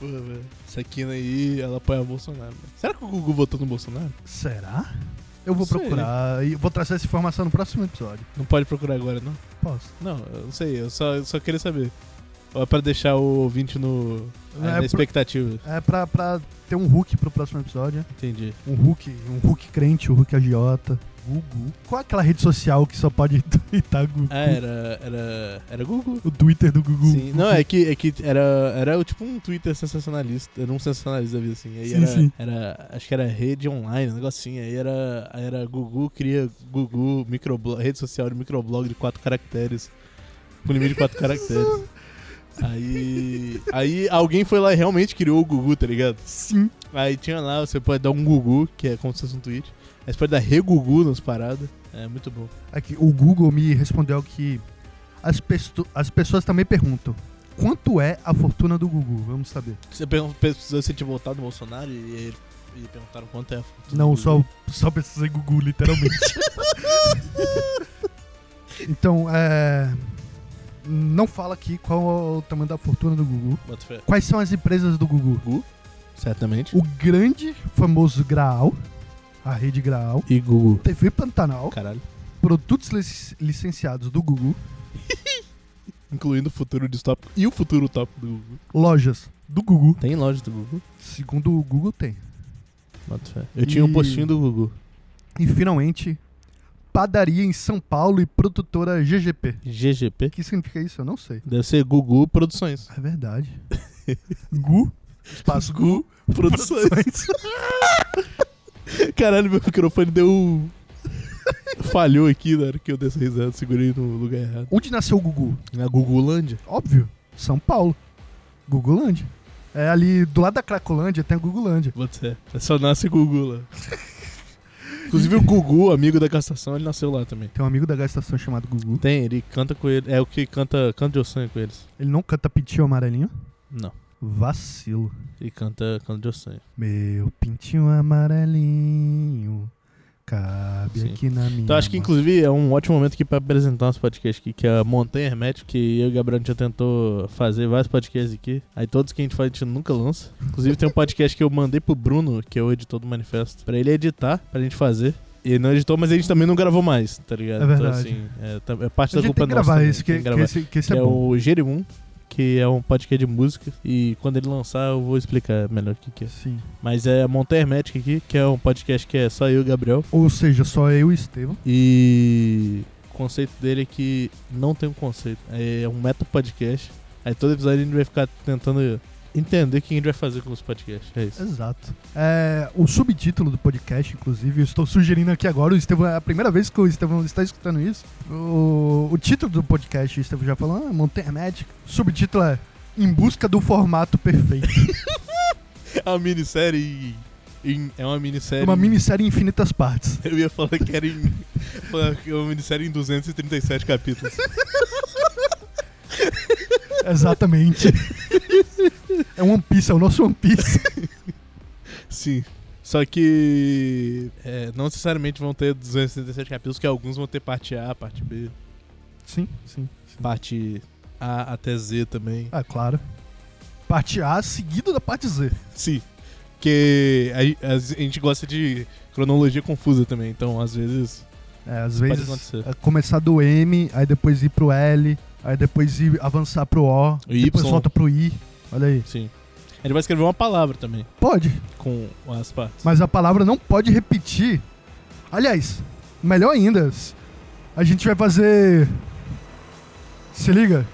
Porra, velho. Essa quina aí, ela apoia o Bolsonaro. né? Será que o Google votou no Bolsonaro? Será? Eu vou Sei. procurar e vou trazer essa informação no próximo episódio. Não pode procurar agora, não? Posso? Não, eu não sei. Eu só, eu só queria saber. Ou é pra deixar o ouvinte no, aí É na pro- expectativa. É pra, pra ter um Hulk pro próximo episódio, né? Entendi. Um Hulk, um Hulk crente, um Hulk agiota. Gugu. Qual é aquela rede social que só pode [laughs] tweetar Gugu? Ah, era. Era. Era Google. O Twitter do Gugu. Sim. Não, [laughs] é que, é que era, era tipo um Twitter sensacionalista. Era um sensacionalista da vida, assim. Aí Sim, era, sim. era- Acho que era rede online, um negocinho. Aí era. Aí era Gugu, cria Gugu, microblog, rede social de microblog de quatro caracteres. Com limite de [laughs] quatro caracteres. Aí. Aí alguém foi lá e realmente criou o Gugu, tá ligado? Sim. Aí tinha lá, você pode dar um Gugu, que é como se fosse um tweet. Aí você pode dar regugu nas paradas. É muito bom. Aqui, o Google me respondeu que as, pesto- as pessoas também perguntam. Quanto é a fortuna do Gugu? Vamos saber. Você pergun- precisou se tinha votado no Bolsonaro e, e, e perguntaram quanto é a fortuna Não, do só, só pesquisei Gugu, literalmente. então, é... Não fala aqui qual é o tamanho da fortuna do Gugu. Boto fé. Quais são as empresas do Gugu? Certamente. O grande, famoso Graal, a rede Graal, E Google. TV Pantanal, Caralho. produtos lic- licenciados do Gugu, Incluindo o futuro distópico e o futuro utópico do Google. lojas do Gugu. Tem loja do Google? Segundo o Google, tem. Boto fé. Eu tinha um E- postinho do Google. E finalmente, padaria em São Paulo e produtora GGP. GGP. O que significa isso? Eu não sei. Deve ser Google Produções. [laughs] É verdade. Gu, espaço Gu, Produções. [laughs] Caralho, meu microfone deu um... Falhou aqui na hora que eu dei essa risada. Segurei no lugar errado. Onde nasceu o Gugu? Na Googolândia. Óbvio, São Paulo. Gugulândia. É ali do lado da Cracolândia tem a Gugulândia. Boto fé. É Só nasce Gugu lá. Inclusive o Gugu, amigo da castração, ele nasceu lá também. Tem um amigo da gastação chamado Gugu. Tem, ele canta com ele. É o que canta, canta de ossanha com eles. Ele não canta pintinho amarelinho? Não. Vacilo. Ele canta, canta de ossanha. Meu pintinho amarelinho cabe Sim. aqui na minha. Então acho que mão. inclusive é um ótimo momento aqui pra apresentar nosso podcast aqui, que é a Montanha Hermética, que eu e o Gabriel a gente já tentou fazer vários podcasts aqui. Aí todos que a gente faz a gente nunca lança. Inclusive tem um podcast que eu mandei pro Bruno, que é o editor do manifesto, pra ele editar, pra gente fazer. E ele não editou, mas a gente também não gravou mais, tá ligado? É verdade. Então, assim, é, tá- é parte A da gente culpa tem que nossa. gravar também, esse, tem que, que que gravar. esse, que esse que é, é, bom. o Jerimum, que é um podcast de música. E quando ele lançar, eu vou explicar melhor o que, que é. Sim. Mas é a Montanha Hermética aqui, que é um podcast que é só eu e o Gabriel. Ou seja, só eu e Estevam. E o conceito dele é que não tem um conceito. É um meta podcast. Aí todo episódio a gente vai ficar tentando entender o que a gente vai fazer com os podcasts. É isso. Exato. É, o subtítulo do podcast, inclusive, eu estou sugerindo aqui agora, o Estevão, é a primeira vez que o Estevão está escutando isso. O, o título do podcast, o Estevão já falou, ah, Montanha Magic. O subtítulo é Em Busca do Formato Perfeito. É uma minissérie em, em- É uma minissérie. Uma em- minissérie em infinitas partes. [laughs] [laughs] Eu ia falar que era em. [laughs] falar que é uma minissérie em 237 capítulos. Exatamente. é One Piece, é o nosso One Piece. Sim. Só que. é, não necessariamente vão ter 237 capítulos, que alguns vão ter parte A, parte B, Sim, sim. parte A até Z também. Ah, claro. Parte A seguido da parte Z. Sim. Porque a, a gente gosta de cronologia confusa também, então às vezes. É, às Pode vezes acontecer. é, começar do M, aí depois ir pro L, aí depois ir avançar pro O, E depois Y. volta pro I. Olha aí. Sim. A gente vai escrever uma palavra também, Pode, com as partes. mas a palavra não pode repetir. Aliás, melhor ainda, s- a gente vai fazer. Se liga,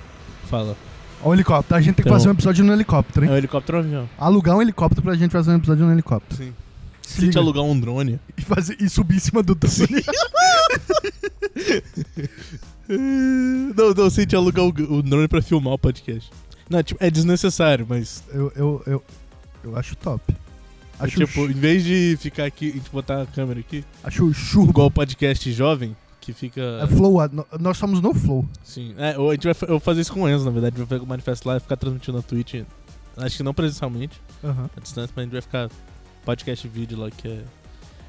Fala. ó, o helicóptero. A gente tem que Então- fazer um episódio no helicóptero, É hein? um helicóptero ou um avião? Alugar um helicóptero pra gente fazer um episódio no helicóptero. Sim. Se Se a gente liga. alugar um [laughs] drone. E, fazer, e subir em cima do drone. [laughs] não, não, se a gente alugar o, o drone pra filmar o podcast. Não, tipo, é desnecessário, mas [laughs] Eu, eu, eu, eu acho top. É Acho, tipo, em vez de ficar aqui, a gente botar a câmera aqui, acho churro. igual o podcast jovem, que fica. É flow, ah, no- nós somos no flow. Sim. É, ou a gente vai, fa- eu vou fazer isso com o Enzo, na verdade. A gente vai pegar o manifesto lá e ficar transmitindo na Twitch. Acho que não presencialmente, a distância, mas a gente vai ficar podcast e vídeo lá, que é.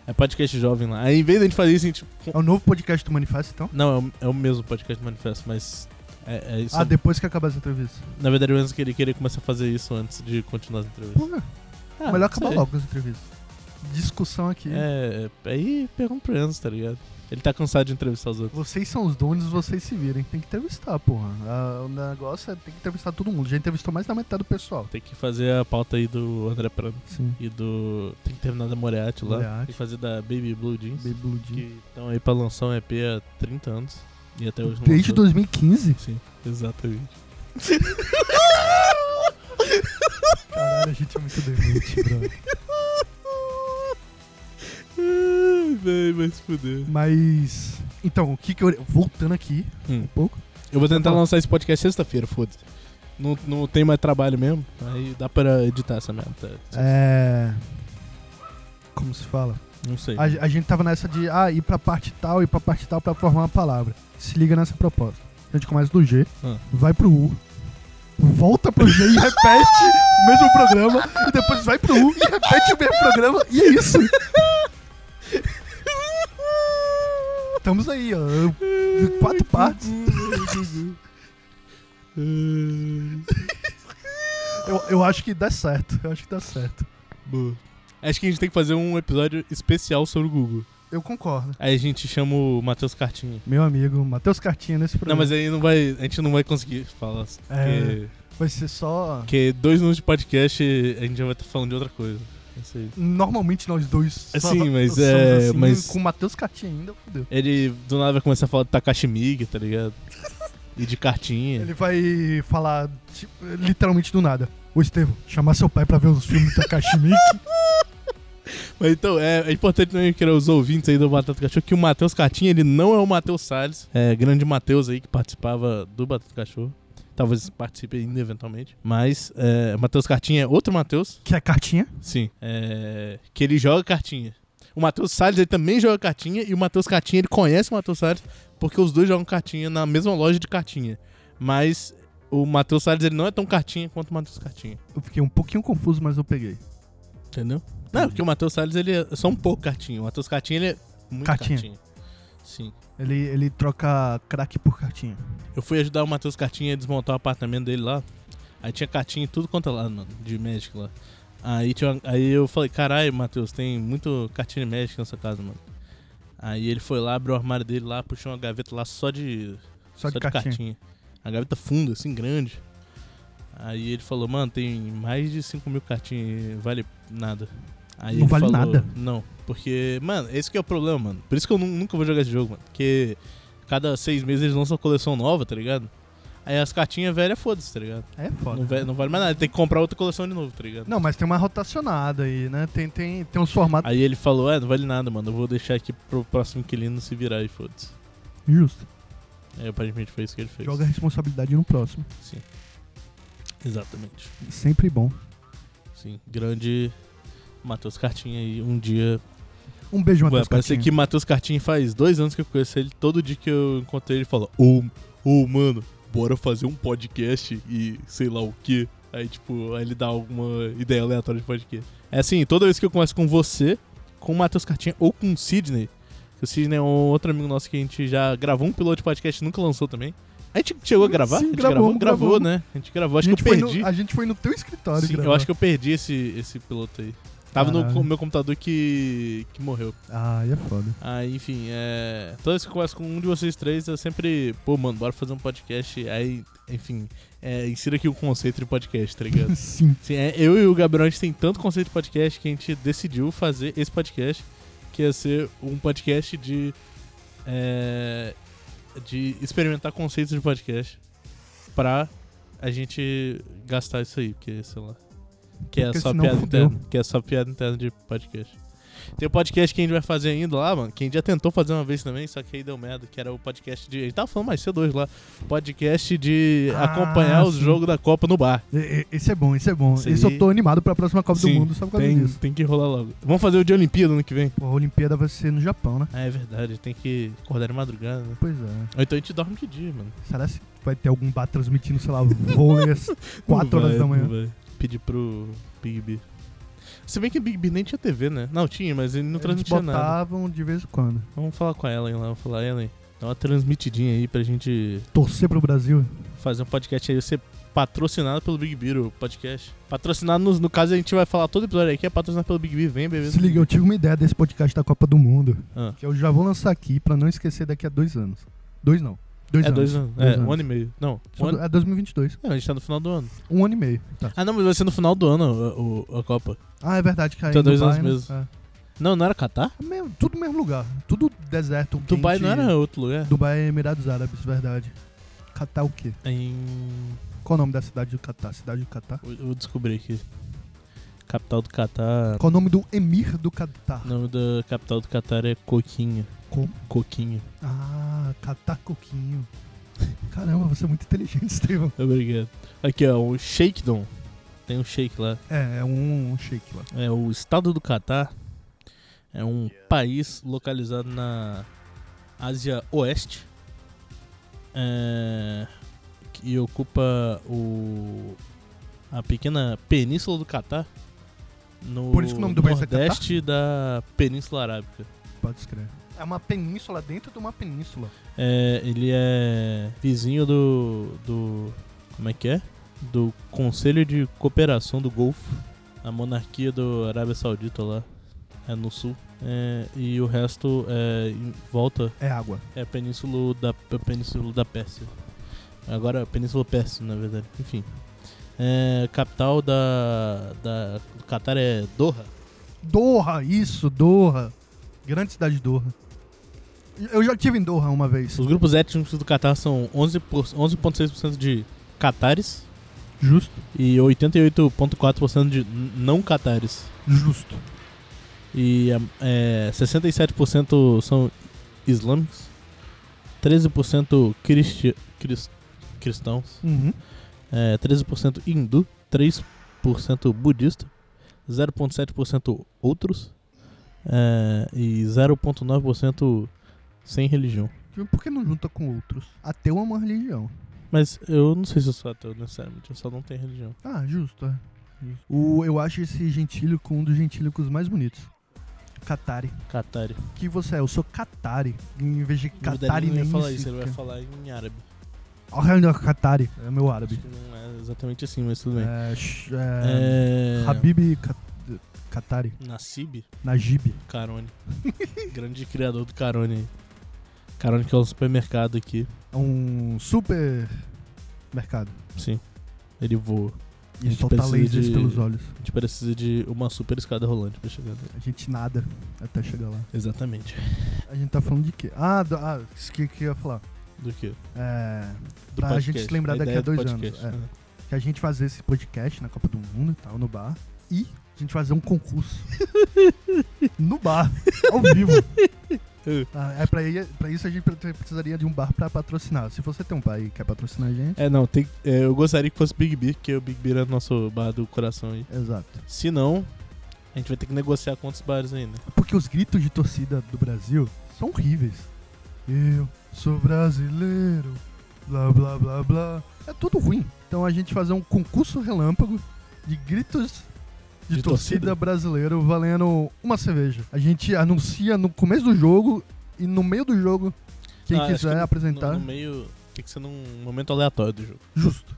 É podcast jovem lá. Aí em vez da gente fazer isso, a gente. É o novo podcast do Manifesto, então? Não, é o, é o mesmo podcast do manifesto, mas. É, é isso. Ah, depois que acabar essa entrevista. Na verdade, o Enzo queria, queria começar a fazer isso antes de continuar as entrevistas. Porra, Ah, melhor não sei. acabar logo com essa entrevista. discussão aqui. É, aí pergunta pro Enzo, tá ligado? Ele tá cansado de entrevistar os outros. Vocês são os donos, vocês se virem. Tem que entrevistar, porra. Ah, o negócio é tem que entrevistar todo mundo. Já entrevistou mais da metade do pessoal. Tem que fazer a pauta aí do André Prado Sim. e do. Tem que terminar da Moriarty lá. Moriarty. Tem que fazer da Baby Blue Jeans. Baby Blue Uhum. que Jean. estão aí pra lançar um EP há 30 anos. E até hoje não Desde lançou. 2015. Sim, exatamente. Caralho, a gente é muito [laughs] demente, bro. Ai, véi, vai se fuder. Mas. Então, o que que eu. Voltando aqui Hum. um pouco. Eu vou tentar Tá bom. lançar esse podcast sexta-feira, foda-se. Não, não tem mais trabalho mesmo. Aí dá pra editar essa merda. tá? É. Como se fala? Não sei. É. A, a gente tava nessa de ah, ir pra parte tal, ir pra parte tal pra formar uma palavra. Se liga nessa proposta. A gente começa do G, Ah. vai pro U, volta pro G e repete o mesmo programa, e depois vai pro U e repete o mesmo programa, e é isso. Estamos aí, ó. Quatro partes. Eu, eu acho que dá certo. Eu acho que dá certo. Boa. Acho que a gente tem que fazer um episódio especial sobre o Google. Eu concordo. Aí a gente chama o Matheus Cartinha. Meu amigo, Matheus Cartinha nesse Não, programa. mas aí não vai, a gente não vai conseguir falar. É. Porque, Vai ser só. porque dois minutos de podcast a gente já vai estar falando de outra coisa. É isso aí. Normalmente nós dois. É, só- sim, mas, somos assim, é, mas- Com o Matheus Cartinha ainda, fudeu. Ele do nada vai começar a falar de Takashi Miike, tá [laughs] ligado? E de cartinha. Ele vai falar tipo, literalmente do nada. Ô Estevam, chamar seu pai pra ver os filmes do Takashi Miike. Mas então, é, é importante também que os ouvintes aí do Batata Cachorro que o Matheus Cartinha, ele não é o Matheus Salles, é grande Matheus aí que participava do Batata Cachorro. Talvez participe ainda eventualmente. Mas é, Matheus Cartinha é outro Matheus, [laughs] Que é cartinha? sim, é, que ele joga cartinha. O Matheus Salles ele também joga cartinha e o Matheus Cartinha ele conhece o Matheus Salles porque os dois jogam cartinha na mesma loja de cartinha. Mas o Matheus Salles ele não é tão cartinha quanto o Matheus Cartinha, Eu fiquei um pouquinho confuso, mas eu peguei. entendeu? Não, porque o Matheus Salles ele é só um pouco cartinha. O Matheus Cartinha ele é muito Cartinha. cartinha. Sim. Ele, ele troca craque por cartinha. Eu fui ajudar o Matheus Cartinha a desmontar o apartamento dele lá. Aí tinha cartinha e tudo quanto é lá, mano, de Magic lá. Aí, tinha uma- aí eu falei, caralho, Matheus, tem muito cartinha de Magic nessa casa, mano. Aí ele foi lá, abriu o armário dele lá, puxou uma gaveta lá só de, Só, de, cartinha. A gaveta funda, assim, grande. Aí ele falou, mano, tem mais de 5 mil cartinhas, vale nada. Aí Não ele vale falou, nada? Não, porque, mano, esse que é o problema, mano. Por isso que eu nu- nunca vou jogar esse jogo, mano. Porque cada seis meses eles lançam uma coleção nova, tá ligado? Aí as cartinhas velhas, foda-se, tá ligado? É foda. Não, ve- não vale mais nada, tem que comprar outra coleção de novo, tá ligado? Não, mas tem uma rotacionada aí, né? Tem, tem, tem uns formatos. Aí ele falou, é, não vale nada, mano, eu vou deixar aqui pro próximo inquilino se virar e foda-se. Justo. Aí aparentemente foi Ah, isso que ele fez. Joga a responsabilidade no próximo. Sim. Exatamente. Sempre bom. Sim, grande Matheus Cartinha aí. Um dia. Um beijo, Ué, Matheus parece Cartinha. que Matheus Cartinha faz dois anos que eu conheço ele. Todo dia que eu encontrei ele fala: Ô, ô, mano, bora fazer um podcast e sei lá o quê. Aí, tipo, aí ele dá alguma ideia aleatória de podcast. É assim, toda vez que eu converso com você, com o Matheus Cartinha ou com o Sidney, que o Sidney é um outro amigo nosso que a gente já gravou um piloto de podcast e nunca lançou também. A gente chegou a gravar? sim, a gente gravamos, gravou, gravamos. né? A gente gravou, acho a gente que eu foi perdi. No, a gente foi no teu escritório, Sim, eu acho que eu perdi esse, esse piloto aí. Tava no Caralho. co- meu computador que, que morreu. Ah, aí é foda. [laughs] Aí, enfim, é. Toda vez que eu converso com um de vocês três, eu sempre. Pô, mano, bora fazer um podcast. Aí, enfim, é, insira aqui o conceito de podcast, tá ligado? Sim. Sim, é, eu e o Gabriel, a gente tem tanto conceito de podcast que a gente decidiu fazer esse podcast, que ia ser um podcast de. é, de experimentar conceitos de podcast pra a gente gastar isso aí, porque, sei lá. Que é, Porque só senão piada fudeu. interna, que é só piada interna de podcast. Tem o podcast que a gente vai fazer ainda lá, mano, que a gente já tentou fazer uma vez também, só que aí deu merda, que era o podcast de. A gente tava falando mais cedo hoje lá. Podcast de Ah, acompanhar os sim. jogos da Copa no bar. E- e- Esse é bom, esse é bom. Esse Esse, aí- eu tô animado pra próxima Copa Sim, do Mundo só por causa tem, disso. tem que rolar logo. Vamos fazer o de Olimpíada ano que vem? Porra, a Olimpíada vai ser no Japão, né? Ah, é verdade. Tem que acordar de madrugada, né? Pois é. Ou então a gente dorme de dia, mano. Será que vai ter algum bar transmitindo, sei lá, vôlei às [laughs] 4 Não vai, horas da manhã? não vai. Pedir pro Big B. Se bem que o Big B nem tinha TV, né? Não, tinha, mas ele não Eles transmitia nada. botavam de vez em quando. Vamos falar com a Ellen lá. Vamos falar, Ellen, dá uma transmitidinha aí pra gente Torcer pro Brasil. fazer um podcast aí. Você Patrocinado pelo Big Beer, o podcast. Patrocinado, no, no caso, a gente vai falar todo episódio aqui, é patrocinado pelo Big Beer. Vem, bebê. Se liga, eu tive uma ideia desse podcast da Copa do Mundo. Ah. Que eu já vou lançar aqui pra não esquecer daqui a dois anos. Dois não. Dois É anos. dois anos. É, um ano e meio. Não, um São ano... do- É 2022. Não, a gente tá no final do ano. Um ano e meio. Tá. Ah, não, mas vai ser no final do ano a, a Copa. Ah, é verdade, cara. Então, em dois Dubai, anos né? Não, não era Catar? É. É mesmo, tudo no mesmo lugar. Tudo deserto. Dubai quente. não era outro lugar? Dubai é Emirados Árabes, verdade. Catar o quê? Em... Qual o nome da cidade do Catar? Cidade do Catar? Eu eu descobri aqui. Capital do Catar. Qual o nome do emir do Catar? O nome da capital do Catar é Coquinha. Como? Coquinha. Ah, Catar Coquinho. Caramba, você é muito inteligente, [laughs] Estevão. Obrigado. Aqui, ó, o Shakedom. Tem um shake lá. É, é um, um shake lá. É o estado do Catar. É um país localizado na Ásia Oeste. É, que ocupa o a pequena península do Catar. No Por isso que o nome do país é Catar? nordeste da Península Arábica. Pode escrever. É uma península dentro de uma península. É, ele é vizinho do, do. Como é que é? Do Conselho de Cooperação do Golfo. A monarquia do Arábia Saudita lá. É no sul. É, e o resto é em volta. É água. É a península da, a península da Pérsia. Agora, a península Pérsia, na verdade. Enfim. É, capital da, da, do Catar é Doha. Doha, isso, Doha. Grande cidade de Doha. Eu já tive em Doha uma vez. Os grupos étnicos do Catar são 11 por- 11,6% de catares. Justo. e 88,4% de n- não catares. Justo. E é, é, 67% são islâmicos, 13% cristi cris- cristãos, Uhum. é, 13% hindu, 3% budista, 0,7% outros é, e 0,9% sem religião. Tipo, Por que não junta com outros? Ateu é uma religião. Mas eu não sei se eu sou ateu necessariamente, eu só não tenho religião. Ah, justo, é. O, eu acho esse gentílico um dos gentílicos mais bonitos. Catari. Catari. Que você é? Eu sou Catari. Em vez de Na verdade, Catari ele não nem ia falar isso, ele vai falar em árabe. falar. Catari. É meu Acho árabe. que não é exatamente assim, mas tudo bem. É, sh- É... é, Habib Cat- Catari. Nassib Najib. Carone. [laughs] Grande criador do Carone aí. Carone que é um supermercado aqui. É um super mercado. Sim. Ele voa. E gente solta precisa lasers de- pelos olhos. A gente precisa de uma super escada rolante pra chegar nele. A gente nada até chegar lá. Exatamente. A gente tá falando de quê? Ah, do, ah isso que, que eu ia falar. Do que? Do É, Pra gente se lembrar daqui a ideia do dois podcast, anos, é. né? que a gente fazer esse podcast na Copa do Mundo e tal, no bar. E a gente fazer um concurso. no bar. Ao vivo. Ah, é pra, i- pra isso a gente pre- precisaria de um bar pra patrocinar. Se você tem um bar e quer patrocinar a gente. É, não, tem, é, eu gostaria que fosse Big Beer, porque o Big Beer é o nosso bar do coração aí. Exato. Se não, a gente vai ter que negociar com outros bares ainda. Porque os gritos de torcida do Brasil são horríveis. Eu sou brasileiro, blá blá blá blá. É tudo ruim. Então a gente fazer um concurso relâmpago de gritos de, De torcida, torcida. brasileiro valendo uma cerveja. A gente anuncia no começo do jogo e no meio do jogo quem Ah, acho quiser que no- apresentar. No, no meio, tem que ser num momento aleatório do jogo. Justo.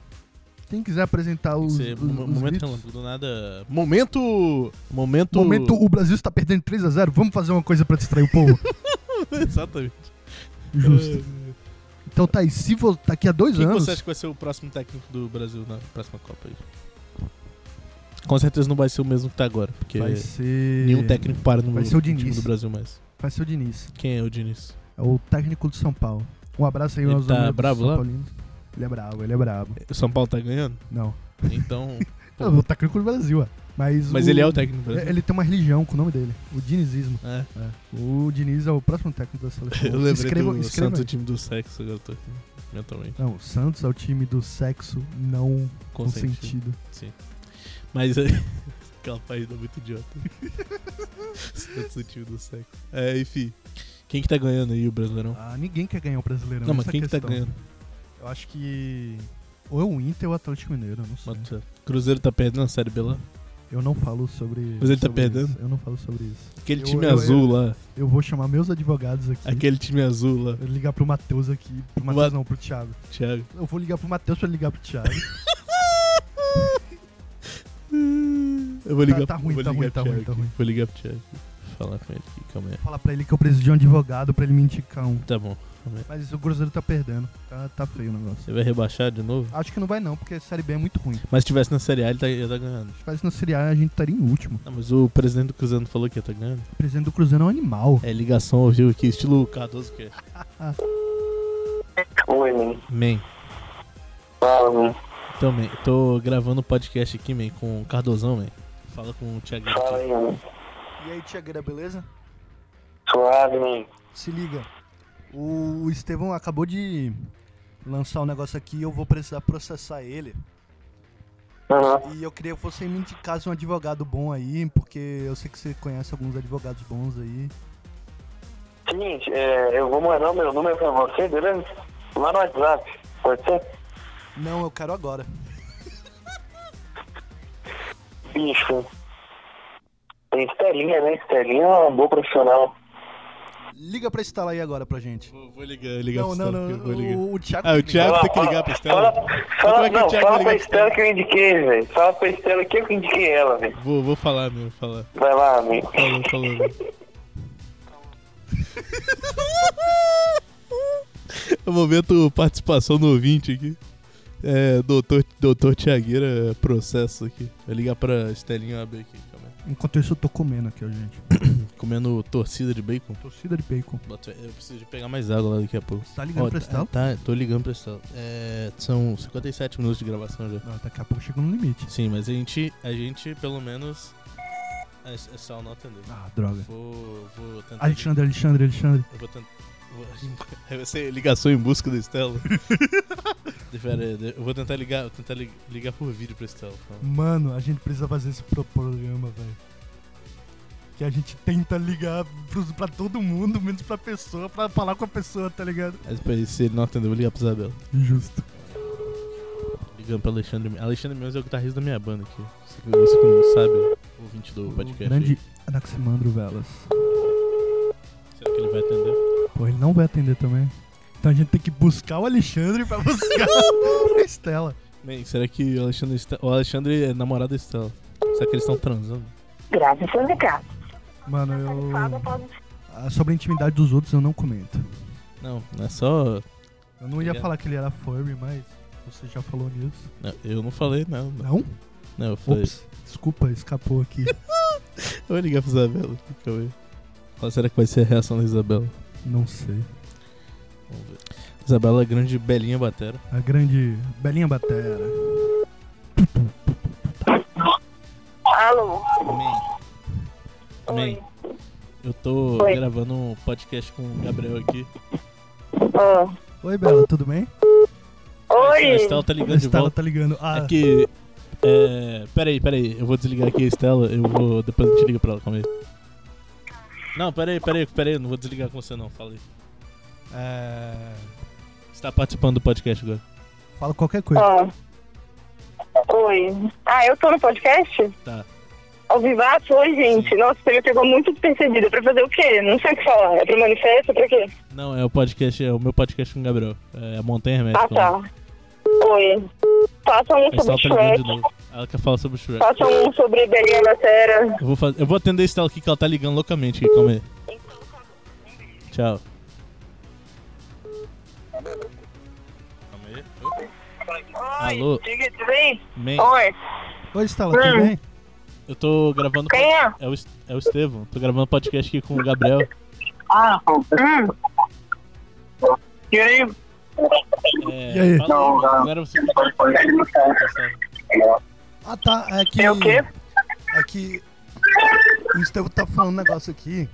Quem quiser apresentar Tem que os, ser os- mo- os momento gritos. relâmpago, do nada. Momento! Momento! Momento, o Brasil está perdendo 3 a 0 Vamos fazer uma coisa pra distrair o povo. [laughs] Exatamente. Justo. Então tá aí, se vo... daqui a dois Quem que anos. você acha que vai ser o próximo técnico do Brasil na próxima Copa aí? Com certeza não vai ser o mesmo que tá agora, porque Vai ser. nenhum técnico para no vai ser o time Diniz. do Brasil mais. Vai ser o Diniz. Quem é o Diniz? É o técnico do São Paulo. Um abraço aí Ele aos tá amigos bravo São lá? Paulinos. Ele é brabo, ele é brabo. O São Paulo tá ganhando? Não. [laughs] Então. Pô. É o técnico do Brasil, ó. Mas, Mas ele é o técnico do Brasil. Ele, tem uma religião com o nome dele. O dinizismo. É. É. O Diniz é o próximo técnico da [laughs] seleção. Eu lembrei escreva, do escreva Santos, aí. o time do sexo, agora eu tô aqui mentalmente. Não, o Santos é o time do sexo não Consentido. consentido. Mas é, [laughs] aquela página é muito idiota. Santos, o time do sexo. É, enfim. Quem que tá ganhando aí o Brasileirão? Ah, ninguém quer ganhar o Brasileirão. não, mas essa é quem que tá questão. ganhando? Eu acho que. Ou é o Inter ou o Atlético Mineiro, eu não sei. Bota fé. Cruzeiro tá perdendo a Série B lá? Eu não falo sobre. Mas ele tá sobre perdendo? isso. Eu não falo sobre isso. Aquele Eu- time eu- eu- azul lá. Eu vou chamar meus advogados aqui. Aquele time azul lá. Eu vou ligar pro Matheus aqui. Pro Matheus Mat- não, pro Thiago. [laughs] Thiago. Eu vou ligar pro Matheus pra ligar pro Thiago. Eu vou ligar tá pro- ruim, vou tá ligar pro ruim, tá ruim, Thiago tá aqui. ruim. Vou ligar pro Thiago. aqui. Falar com ele aqui, calma aí. Falar pra ele que eu preciso de um advogado pra ele me indicar um. Tá bom. Mas o Cruzeiro tá perdendo. Tá, tá feio o negócio. Você vai rebaixar de novo? Acho que não vai não, porque a Série B é muito ruim. Mas se tivesse na Série A, ele tá, ia tá ganhando. Se tivesse na Série A, a gente estaria em último. Não, mas o presidente do Cruzeiro não falou que ia tá ganhando? O presidente do Cruzeiro é um animal. É ligação ao vivo aqui, estilo Cardoso que é. Oi, mano. Man, Fala, mano. então, man, tô gravando um podcast aqui, man, com o Cardozão, man. Fala com o Thiago. aqui. Fala aí, mano. E aí, Tiagueira, beleza? Suave, mano. Se liga. O Estevão acabou de lançar um negócio aqui e eu vou precisar processar ele. Aham. E eu queria que você me indicasse um advogado bom aí, porque eu sei que você conhece alguns advogados bons aí. Seguinte, é, eu vou mandar o meu número pra você, beleza? Lá no WhatsApp. Pode ser? Não, eu quero agora. Bicho. Tem Estelinha, né? Estelinha é uma boa profissional. Liga pra instalar aí agora pra gente. Vou, vou ligar, ligar Não, pro não, Stan, não. eu vou ligar. O, o Thiago. tá Ah, o que Thiago liga. Fala- tem que ligar pra Estela? Fala, Mas como fala, é que o não, Thiago vai fala ligar pra pra Estela? Estela que eu indiquei, velho. Fala pra Estela que eu que indiquei ela, velho. Vou, vou falar, meu, falar. Vai lá, amigo. Falou, falou. né? meu. [laughs] É o momento participação do ouvinte aqui. É, doutor, doutor Tiagueira, processo aqui. Vai ligar pra Estelinha AB aqui, calma aí. Enquanto isso, eu tô comendo aqui, ó, gente. Comendo torcida de bacon. Torcida de bacon. Bota fé, Eu preciso de pegar mais água lá daqui a pouco. Você tá ligando Ó, pra Estela? Tá, tô ligando pra Estela. É, são 57 minutos de gravação já. Não, Ah, daqui a pouco chega no limite. Sim, mas a gente, a gente pelo menos. É, é só não atender. Ah, droga. Vou, vou tentar. Alexandre, Alexandre, Alexandre. Eu vou [laughs] tentar. Vai ser ligação em busca do [laughs] Estela. Pera aí, de- eu vou tentar ligar, vou tentar li- ligar por vídeo pra Estela. então. calma. Mano, a gente precisa fazer esse pro- programa, velho. Que a gente tenta ligar pros, pra todo mundo, menos pra pessoa, pra falar com a pessoa, tá ligado? Mas peraí, se ele não atender, eu vou ligar pro Isabel. Injusto. Ligando pro Alexandre. Me- Alexandre Mendes é o guitarrista da minha banda aqui. Você que, você que não sabe, ouvinte do podcast. aí. grande Anaximandro Velas. Será que ele vai atender? Pô, ele não vai atender também. Então a gente tem que buscar o Alexandre pra [laughs] buscar a Estela. Bem, será que o Alexandre, está- o Alexandre é namorado da Estela? Será que eles estão transando? Graças a Deus. Mano, eu. Ah, Sobre a intimidade dos outros eu não comento. Não, não é só. Eu não ia Obrigado. falar que ele era furry, mas você já falou nisso. não, eu não falei, não. Não, Não? não eu falei. Ops, desculpa, [laughs] escapou aqui. Eu vou ligar pra Isabela. Fica aí. Qual será que vai ser a reação da Isabela? não sei. Vamos ver. Isabela é grande, belinha batera. A grande Belinha Batera. Alô? Man. Man. Eu tô Oi. gravando um podcast com o Gabriel aqui. Ah. Oi, Bela, tudo bem? A Oi! Estela tá A ligando de Estela volta. tá ligando. Ah, É que. É. Peraí, peraí. Eu vou desligar aqui a Estela. Eu vou. Depois eu te ligo pra ela, calma aí. Não, peraí, peraí, peraí. eu Não vou desligar com você, não. Fala aí. é... Você tá participando do podcast agora. Fala qualquer coisa. Ah. Oi. Ah, eu tô no podcast? Tá. Ao vivaço? Oi, gente. Nossa, você me pegou muito despercebida. Pra fazer o quê? Não sei o que falar. É pro manifesto? Pra quê? Não, é o podcast. É o meu podcast com o Gabriel. É a Montanha Remédio. Ah, tá. Oi. Faça um A Estela sobre tá ligando de Shrek. novo. Ela quer falar sobre o Shrek. Faça um sobre Belinha da Serra. Eu vou, fazer, eu vou atender a Estela aqui que ela tá ligando loucamente. aqui, Calma aí. Tchau. Calma aí. Alô? Diga, tudo bem? Man, Oi. Oi, Estela, tudo Hum. bem? eu tô gravando. Quem é? É o, Es- é o Estevão. Tô gravando podcast aqui com o Gabriel. Hum. E aí? É, E aí? Fala, aí, não era você tá que falou que eu gostava. Ah, tá. É que. É o quê? É que. O Estevão tá falando um negócio aqui.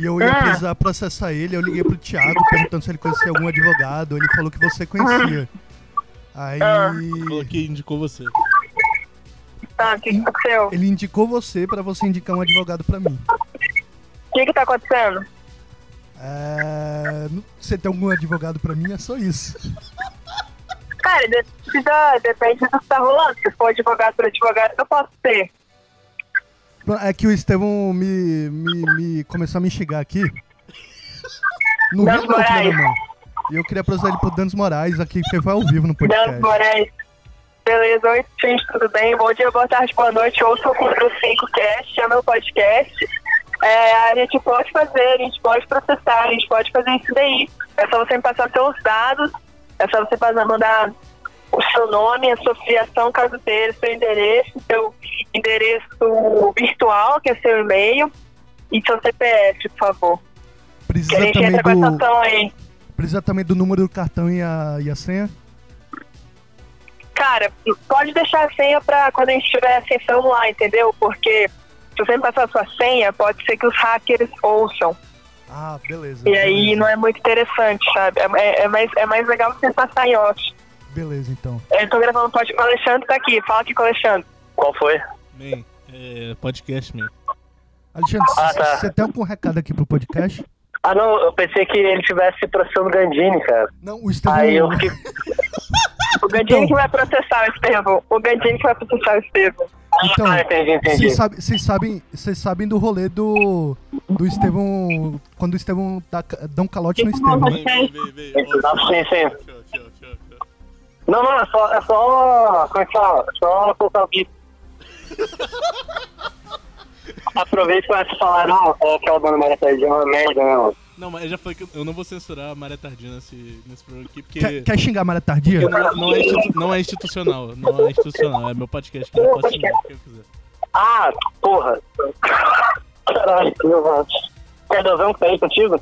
E eu ia Ah. precisar processar ele. Eu liguei pro Thiago perguntando se ele conhecia algum advogado. Ele falou que você conhecia. Aí. Ah. Falou que indicou você. Tá, o que que aconteceu? O Ele indicou você pra você indicar um advogado pra mim. que que tá acontecendo? É... não- Você tem algum advogado pra mim? É só isso. Cara, de- da- depende do que tá rolando. Se for advogado por advogado, eu posso ser. É que o Estevão me, me, me- começou a me xingar aqui. No Danos Rio não, Moraes. mano. E eu queria processar ele por Danos Moraes aqui, porque vai ao vivo no podcast. Danos Moraes. Beleza, oi, gente, tudo bem? Bom dia, boa tarde, boa noite. Ouça o Cultura 5 Cast, é meu podcast. É, a gente pode fazer, a gente pode processar, a gente pode fazer isso daí. É só você me passar seus dados, é só você passar, mandar o seu nome, a sua filiação, caso dele, seu endereço, seu endereço virtual, que é seu e-mail, e seu CPF, por favor. Que Precisa a gente também entra com essa do. ação aí. Precisa também do número do cartão e a, e a senha. Cara, pode deixar a senha pra quando a gente tiver a sessão lá, entendeu? Porque se você me passar a sua senha, pode ser que os hackers ouçam. Ah, beleza. E aí não é muito interessante, sabe? É- É, é mais, é mais legal você passar em off. Beleza, então. Eu tô gravando pode o Alexandre tá aqui. Fala aqui com o Alexandre. Qual foi? Man, é podcast, man. Alexandre, Ah, tá. você tem algum recado aqui pro podcast? Ah, não, eu pensei que ele tivesse processando Gandini, cara. Não, o Estevão. Aí Ah, eu fiquei. O Gandini que vai processar o Estevam. O Gandini que vai processar o Estevam. Então, Ah, entendi, entendi. vocês sabe- vocês sabem, vocês sabem do rolê do. Do Estevão. Quando o Estevão dá, ca- dá um calote no Estevão, né? Vem, vem, vem. Não, sim, sim. Tchau, tchau, tchau, tchau. Não, não, é só. É só como é que fala? É Só colocar o bip. Aproveita pra te falar, não, é que a dona Maria Sérgio é uma merda, não. Não, mas eu já falei que eu- eu não vou censurar a Maria Tardia nesse, nesse programa aqui, porque. Quer, quer xingar a Maria Tardia? porque Não, não é institu- não é institucional, não é institucional, é meu podcast que eu posso xingar o que eu quiser. Ah, porra. Caralho, meu mano. Cardozão, que tá aí contigo?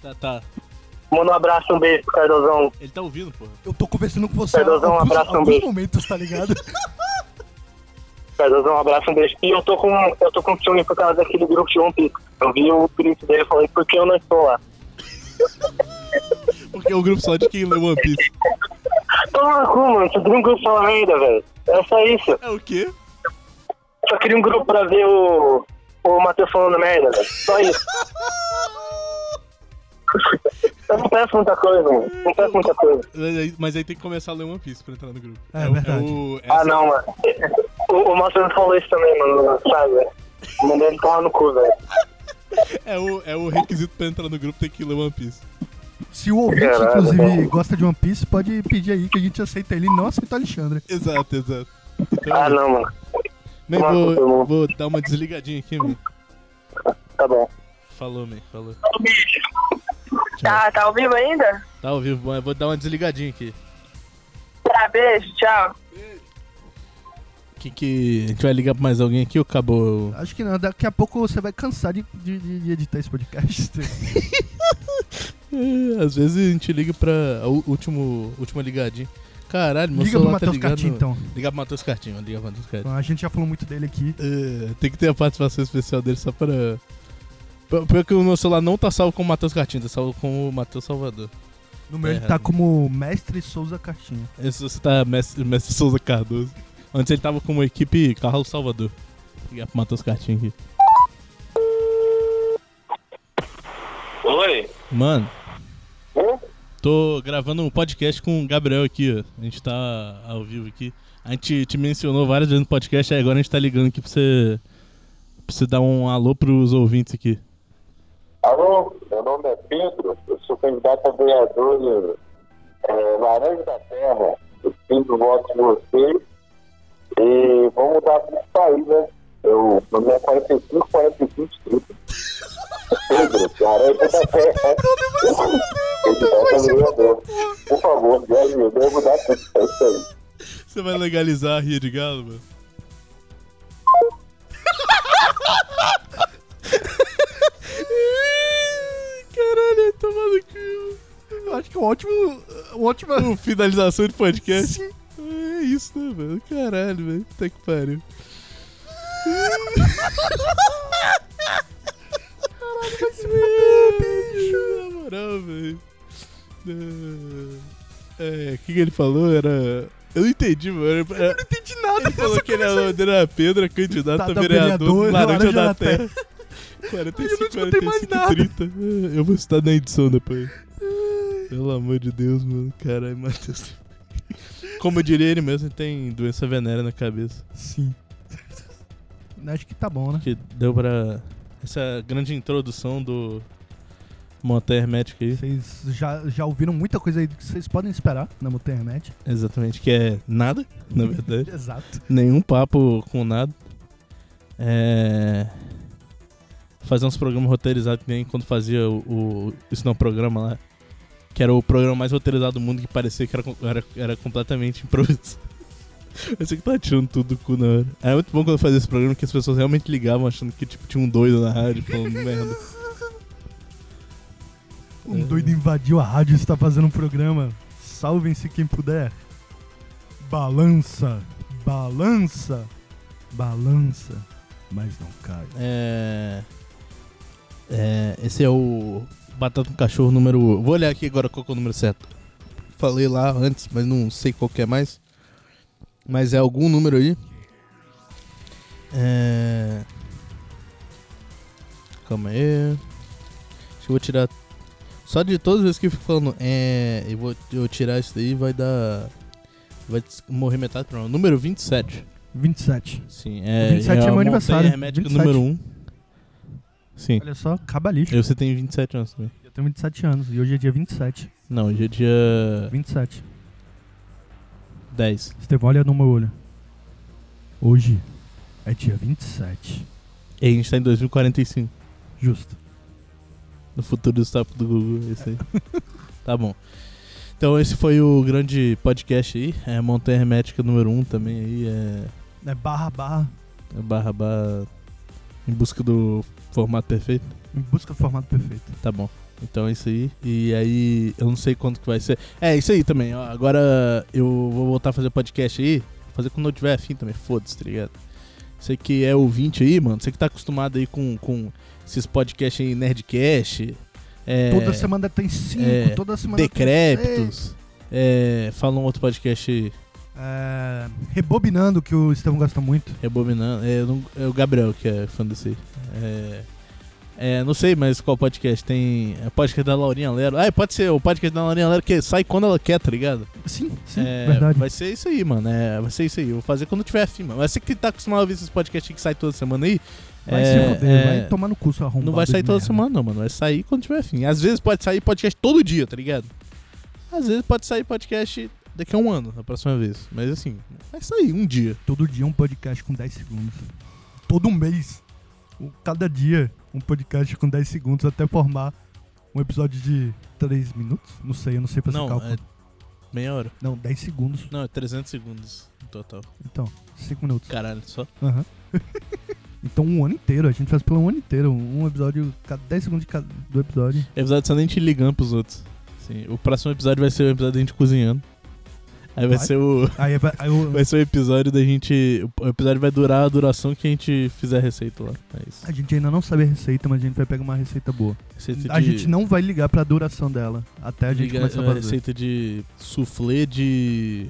Tá, tá. Manda um abraço, um beijo pro Cardozão. Ele tá ouvindo, porra. Eu tô conversando com você há Quero dar um alguns, abraço alguns também. momentos, tá ligado? Cardozão, um abraço, um beijo. E eu tô com, eu tô com ciúme por causa daquele grupo de ontem. Eu vi o print dele e falei, por que eu não estou lá? Porque é o grupo só de quem leu One Piece. Toma no cu, mano, tu cria um grupo só ainda, velho. É só isso. É o quê? Só queria um grupo pra ver o, o Matheus falando merda, velho. Só isso. Eu não peço muita coisa, mano. Não peço muita coisa. Mas aí, mas aí tem que começar a ler One Piece pra entrar no grupo. É o- verdade. o- essa- Ah, não, mano. O, o Matheus falou isso também, mano, sabe, velho. Mandei ele tomar no cu, velho. É o, é o requisito pra entrar no grupo tem que ler One Piece. Se o ouvinte, Caralho, inclusive, mano. gosta de One Piece, pode pedir aí que a gente aceita ele e não aceita o Alexandre. Exato, exato. Então, Ah, não, mano. man, Nossa, tá vou, bom. vou dar uma desligadinha aqui, man. Tá bom. Falou, man, falou. Tá, tá ao vivo ainda? Tá ao vivo, mas vou dar uma desligadinha aqui. Tá, beijo, tchau. Que que. A gente vai ligar pra mais alguém aqui ou acabou? Acho que não, daqui a pouco você vai cansar de, de- de- de editar esse podcast. [laughs] É, às vezes a gente liga pra a u- último, última ligadinha. Caralho, meu Liga pro celular tá Matheus ligado. Cartinho, então. Liga pro Matheus Cartinho, liga pro Matheus Cartinho. A gente já falou muito dele aqui. É, tem que ter a participação especial dele só pra... P- Pior que o meu celular não tá salvo com o Matheus Cartinho, tá salvo com o Matheus Salvador. No meu, É, ele tá errado. como Mestre Souza Cartinha. Esse você tá Mestre, Mestre Souza Cardoso. Antes ele tava com uma equipe Carlos Salvador. Ligar pro Matheus Cartinho aqui. Oi? Mano, tô gravando um podcast com o Gabriel aqui, ó. A gente tá ao vivo aqui. A gente te mencionou várias vezes no podcast, aí agora a gente tá ligando aqui pra você, pra você dar um alô pros ouvintes aqui. Alô, meu nome é Pedro, eu sou candidato a vereador é, Laranja da Terra. Eu fiz o voto em vocês e vamos mudar para esse país, né? Eu, meu nome é 45, 45, 30. Pedro, Laranja da Terra. Candidato a vereador. Por favor, me ajuda, eu vou mudar tudo, é isso aí. Você vai legalizar a Ria de Galo, mano? Caralho, tá maluco. Eu acho que é um ótimo. Um ótimo... mano. Finalização de podcast. Sim. É isso, né, velho? Caralho, velho. Puta que pariu. Caralho, vai se fuder, bicho. Na moral, velho. É, o que, que ele falou? Era. Eu não entendi, mano. Era- era- entendi nada. Ele falou que ele é era Dona Pedra, candidato a Candidato a vereador Tá, vereador, Laranja Laranja da da Terra. [laughs] 45, Eu não escutei mais 45, nada. 30. É, Eu vou citar na edição depois. Pelo amor de Deus, mano. Caralho, Matheus. Como eu diria ele mesmo, ele tem doença venérea na cabeça. Sim. Acho que tá bom, né? Que deu pra. Essa grande introdução do. Montanha hermética aí. Vocês já, já ouviram muita coisa aí do que vocês podem esperar na Montanha Hermética. Exatamente, que é nada, na verdade. Exato. Nenhum papo com nada. É... Fazer uns programas roteirizados, que nem quando fazia o, o- Isso não é um programa lá. Que era o programa mais roteirizado do mundo, que parecia que era, com- era, era completamente improvisado. [laughs] Parecia que tava tirando tudo do cu na hora. Era muito bom quando eu fazia esse programa, que as pessoas realmente ligavam achando que tipo, tinha um doido na rádio falando merda. Um É. doido invadiu a rádio e está fazendo um programa. Salvem-se quem puder. Balança, balança, balança, mas não cai. É... É, esse é o Batata com Cachorro número... um. Vou olhar aqui agora qual que é o número certo. Falei lá antes, mas não sei qual que é mais. Mas é algum número aí. É... Calma aí. Acho que eu vou tirar... Só de todas as vezes que eu fico falando... É... Eu vou eu tirar isso daí vai dar... Vai morrer metade do programa. Número 27. 27. Sim, é. 27 é meu a montanha aniversário. hermética 27. número 1. Sim. Olha só, cabalístico. Eu, você tem 27 anos também. Eu tenho 27 anos e hoje é dia 27. Não, hoje é dia 27. 10. Estevão, olha no meu olho. Hoje é dia 27. E a gente tá em 2045. Justo. No futuro do sapo do Google, esse [laughs] aí. tá bom. Então esse foi o grande podcast aí. É Montanha Hermética número 1 também aí. É. É barra, barra. é Barra barra. Em busca do formato perfeito. Em busca do formato perfeito. Tá bom. Então é isso aí. E aí, eu não sei quanto que vai ser. É, isso aí também. ó. Agora eu vou voltar a fazer podcast aí. Fazer quando eu tiver afim também. Foda-se, tá ligado? Você que é ouvinte aí, mano. Você que tá acostumado aí com, com esses podcasts aí, Nerdcast. É, Toda semana tem 5, é, toda semana tem seis. Decréptos. É, fala um outro podcast aí, É, rebobinando, que o Estevão gosta muito. Rebobinando. É, eu não- é o Gabriel que é fã desse aí. É, é, não sei mais qual podcast. Tem. É podcast da Laurinha Lero. Ah, pode ser o podcast da Laurinha Lero que sai quando ela quer, tá ligado? Sim, sim, É, verdade. Vai ser isso aí, mano. É, vai ser isso aí. Eu vou fazer quando tiver afim, mano. Mas você que tá acostumado a ouvir esses podcasts que sai toda semana aí. Vai é, se fuder, é, vai tomar no cu sua arrombado Não vai sair de toda merda. semana, não, mano. Vai sair quando tiver afim. Às vezes pode sair podcast todo dia, tá ligado? Às vezes pode sair podcast daqui a um ano, a próxima vez. Mas assim, vai sair um dia. Todo dia um podcast com 10 segundos. Todo mês. Um- Cada dia um podcast com 10 segundos até formar um episódio de 3 minutos? Não sei, eu não sei fazer Não, cálculo. é meia hora. Não, 10 segundos. Não, é 300 segundos no total. Então, 5 minutos. Caralho, só. Aham. [laughs] então um ano inteiro, a gente faz pelo ano inteiro. Um episódio, cada 10 segundos de cada, do episódio. Episódio só nem te ligando pros outros. Sim, o próximo episódio vai ser o episódio da gente cozinhando. Aí vai Vai? ser o. Aí, vai- aí eu- Vai ser o episódio da gente. O episódio vai durar a duração que a gente fizer a receita lá. É isso. a gente ainda não sabe a receita, mas a gente vai pegar uma receita boa. Receita A de- gente não vai ligar pra duração dela até a gente liga- começar é, a fazer. receita de soufflé de.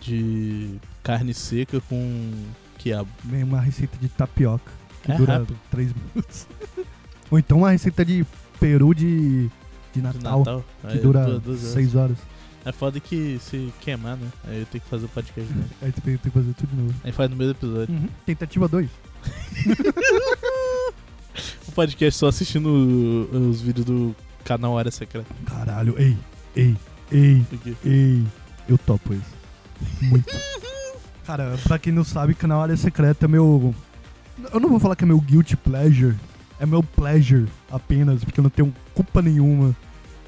de carne seca com quiabo. Vem Uma receita de tapioca que É dura rápido. 3 minutos. [laughs] Ou então uma receita de peru de, de de Natal, Natal. que dura duas- duas horas. 6 horas. É foda que se queimar, né? Aí eu tenho que fazer o podcast de novo. Aí tu tem tem que fazer tudo de novo. Aí faz no mesmo episódio. Tentativa 2. O podcast só assistindo o- os vídeos do canal Área Secreta. Caralho, ei, ei, ei, Porque ei. Eu topo isso. Muito. Cara, pra quem não sabe, canal Área Secreta é meu. Eu não vou falar que é meu guilty pleasure. É meu pleasure apenas, porque eu não tenho culpa nenhuma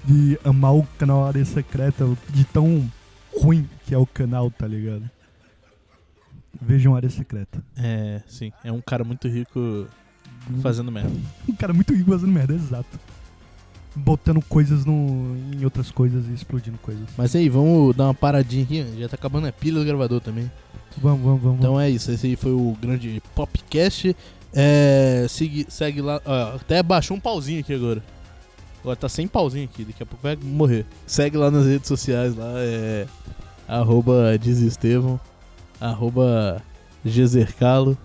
de amar o canal Área Secreta, de tão ruim que é o canal, tá ligado? Vejam Área Secreta. É, sim. É um cara muito rico fazendo merda. Um cara muito rico fazendo merda, exato. Botando coisas no, em outras coisas e explodindo coisas. Mas aí, vamos dar uma paradinha aqui. Já tá acabando a pilha do gravador também. Vamos, vamos, vamos. Então é isso, esse aí foi o grande podcast. É, segue, segue lá. ó, até baixou um pauzinho aqui agora. Agora tá sem pauzinho aqui, daqui a pouco vai morrer. Segue lá nas redes sociais, lá é. Arroba Desestevão, arroba Gezercalo,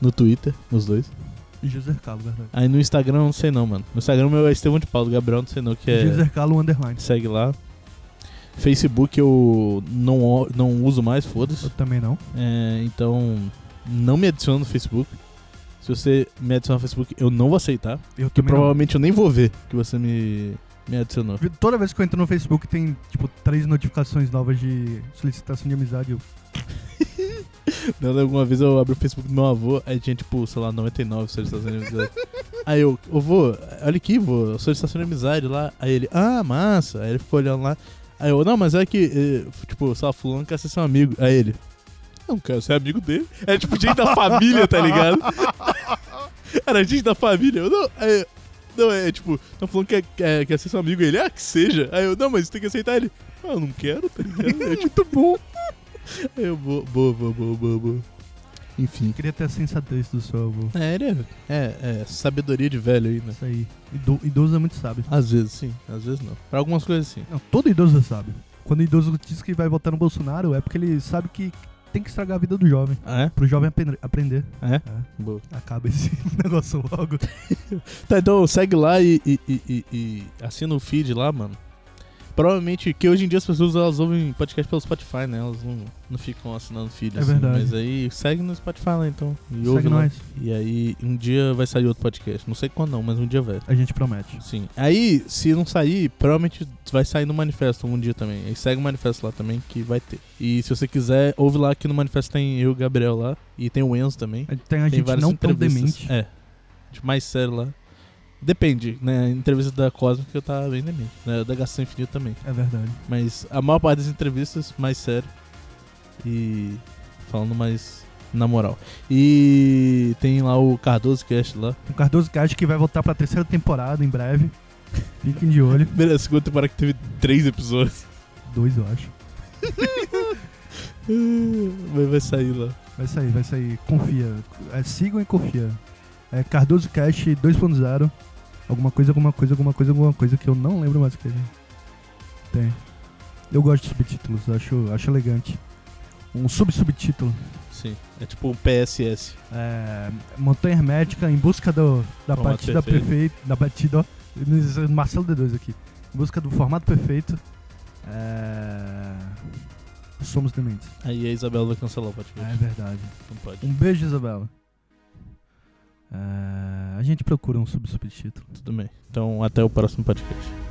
no Twitter, nos dois. vamos. José Carlos, verdade. Aí no Instagram, eu não sei não, mano. No Instagram meu é Estevão de Paulo, Gabriel, não sei não, que é. José Carlos Underline. Segue lá. Facebook eu não, o- não uso mais, foda-se. Eu também não. É, então, não me adiciona no Facebook. Se você me adicionar no Facebook, eu não vou aceitar. Eu Que também não. provavelmente eu nem vou ver que você me, me [laughs] adicionou. Toda vez que eu entro no Facebook tem, tipo, três notificações novas de solicitação de amizade. Eu... Lembra né, alguma vez eu abri o Facebook do meu avô, aí tinha tipo, sei lá, 99 solicitações de [laughs] amizade. aí eu, ô vô, olha aqui, vô, solicitação de amizade lá. Aí ele, ah, massa. Aí ele ficou olhando lá. Aí eu, não, mas é que, eh, tipo, sei lá, fulano quer ser seu amigo. Aí ele, não, cara, você é amigo dele. É tipo gente da família, tá ligado? [laughs] Era gente da família. Eu, não, aí, eu, não, é tipo, não falando que quer, quer ser seu amigo. Ele, ah, que seja. Aí eu, não, mas tem que aceitar ele. Ah, eu não quero, tá ligado? É muito bom. Aí eu, boa, boa, boa, boa, boa, boa. Enfim. Queria ter a sensatez do seu avô. É, ele é, é, é sabedoria de velho aí, né? Isso aí. Ido- idoso é muito sábio. Às vezes sim, às vezes não. Pra algumas coisas sim. Não, todo idoso é sábio. Quando o idoso diz que vai votar no Bolsonaro, é porque ele sabe que tem que estragar a vida do jovem. Ah, é? Pro jovem aprender. aprender. É? É. Boa. Acaba esse [laughs] negócio logo. Tá, então segue lá e, e, e- e- e assina o feed lá, mano. Provavelmente, que hoje em dia as pessoas elas ouvem podcast pelo Spotify, né? Elas não, não ficam assinando feed, É assim. verdade. Mas aí segue no Spotify lá então. E ouve Segue lá. nós. E aí um dia vai sair outro podcast. Não sei quando não, mas um dia vai. A gente promete. Sim. Aí, se não sair, provavelmente vai sair no manifesto um dia também. Aí segue o manifesto lá também, que vai ter. E se você quiser, ouve lá que no manifesto tem eu e o Gabriel lá. E tem o Enzo também. A gente Tem a tem gente várias não tão entrevistas. demente. É. Tipo, mais sério lá. Depende, né? A entrevista da Cosmic eu tava bem demente. Né? Da Gação Infinito também. É verdade. Mas a maior parte das entrevistas, mais sério. E falando mais na moral. E tem lá o Cardoso Cast lá. O Cardoso que acha que vai voltar pra terceira temporada em breve. [laughs] Fiquem de olho. Primeira, segunda temporada que teve três episódios. [laughs] Dois, eu acho. Vai, vai sair lá. Vai sair, vai sair. Confia. É, sigam e confia. É Cardoso Cash 2.0. Alguma coisa, alguma coisa, alguma coisa, alguma coisa que eu não lembro mais o que é. Tem. Eu gosto de subtítulos, acho, acho elegante. Um sub-subtítulo. Sim. É tipo um PSS. É, Montanha Hermética em busca do, da Formato batida perfeito. perfeita. Da batida, ó. Marcelo D2 aqui. Em busca do formato perfeito. É, somos dementes. Aí a Isabela vai cancelar o podcast. É verdade. Não pode. Um beijo, Isabela. É, a gente procura um sub-subtítulo. Tudo bem. Então, até o próximo podcast.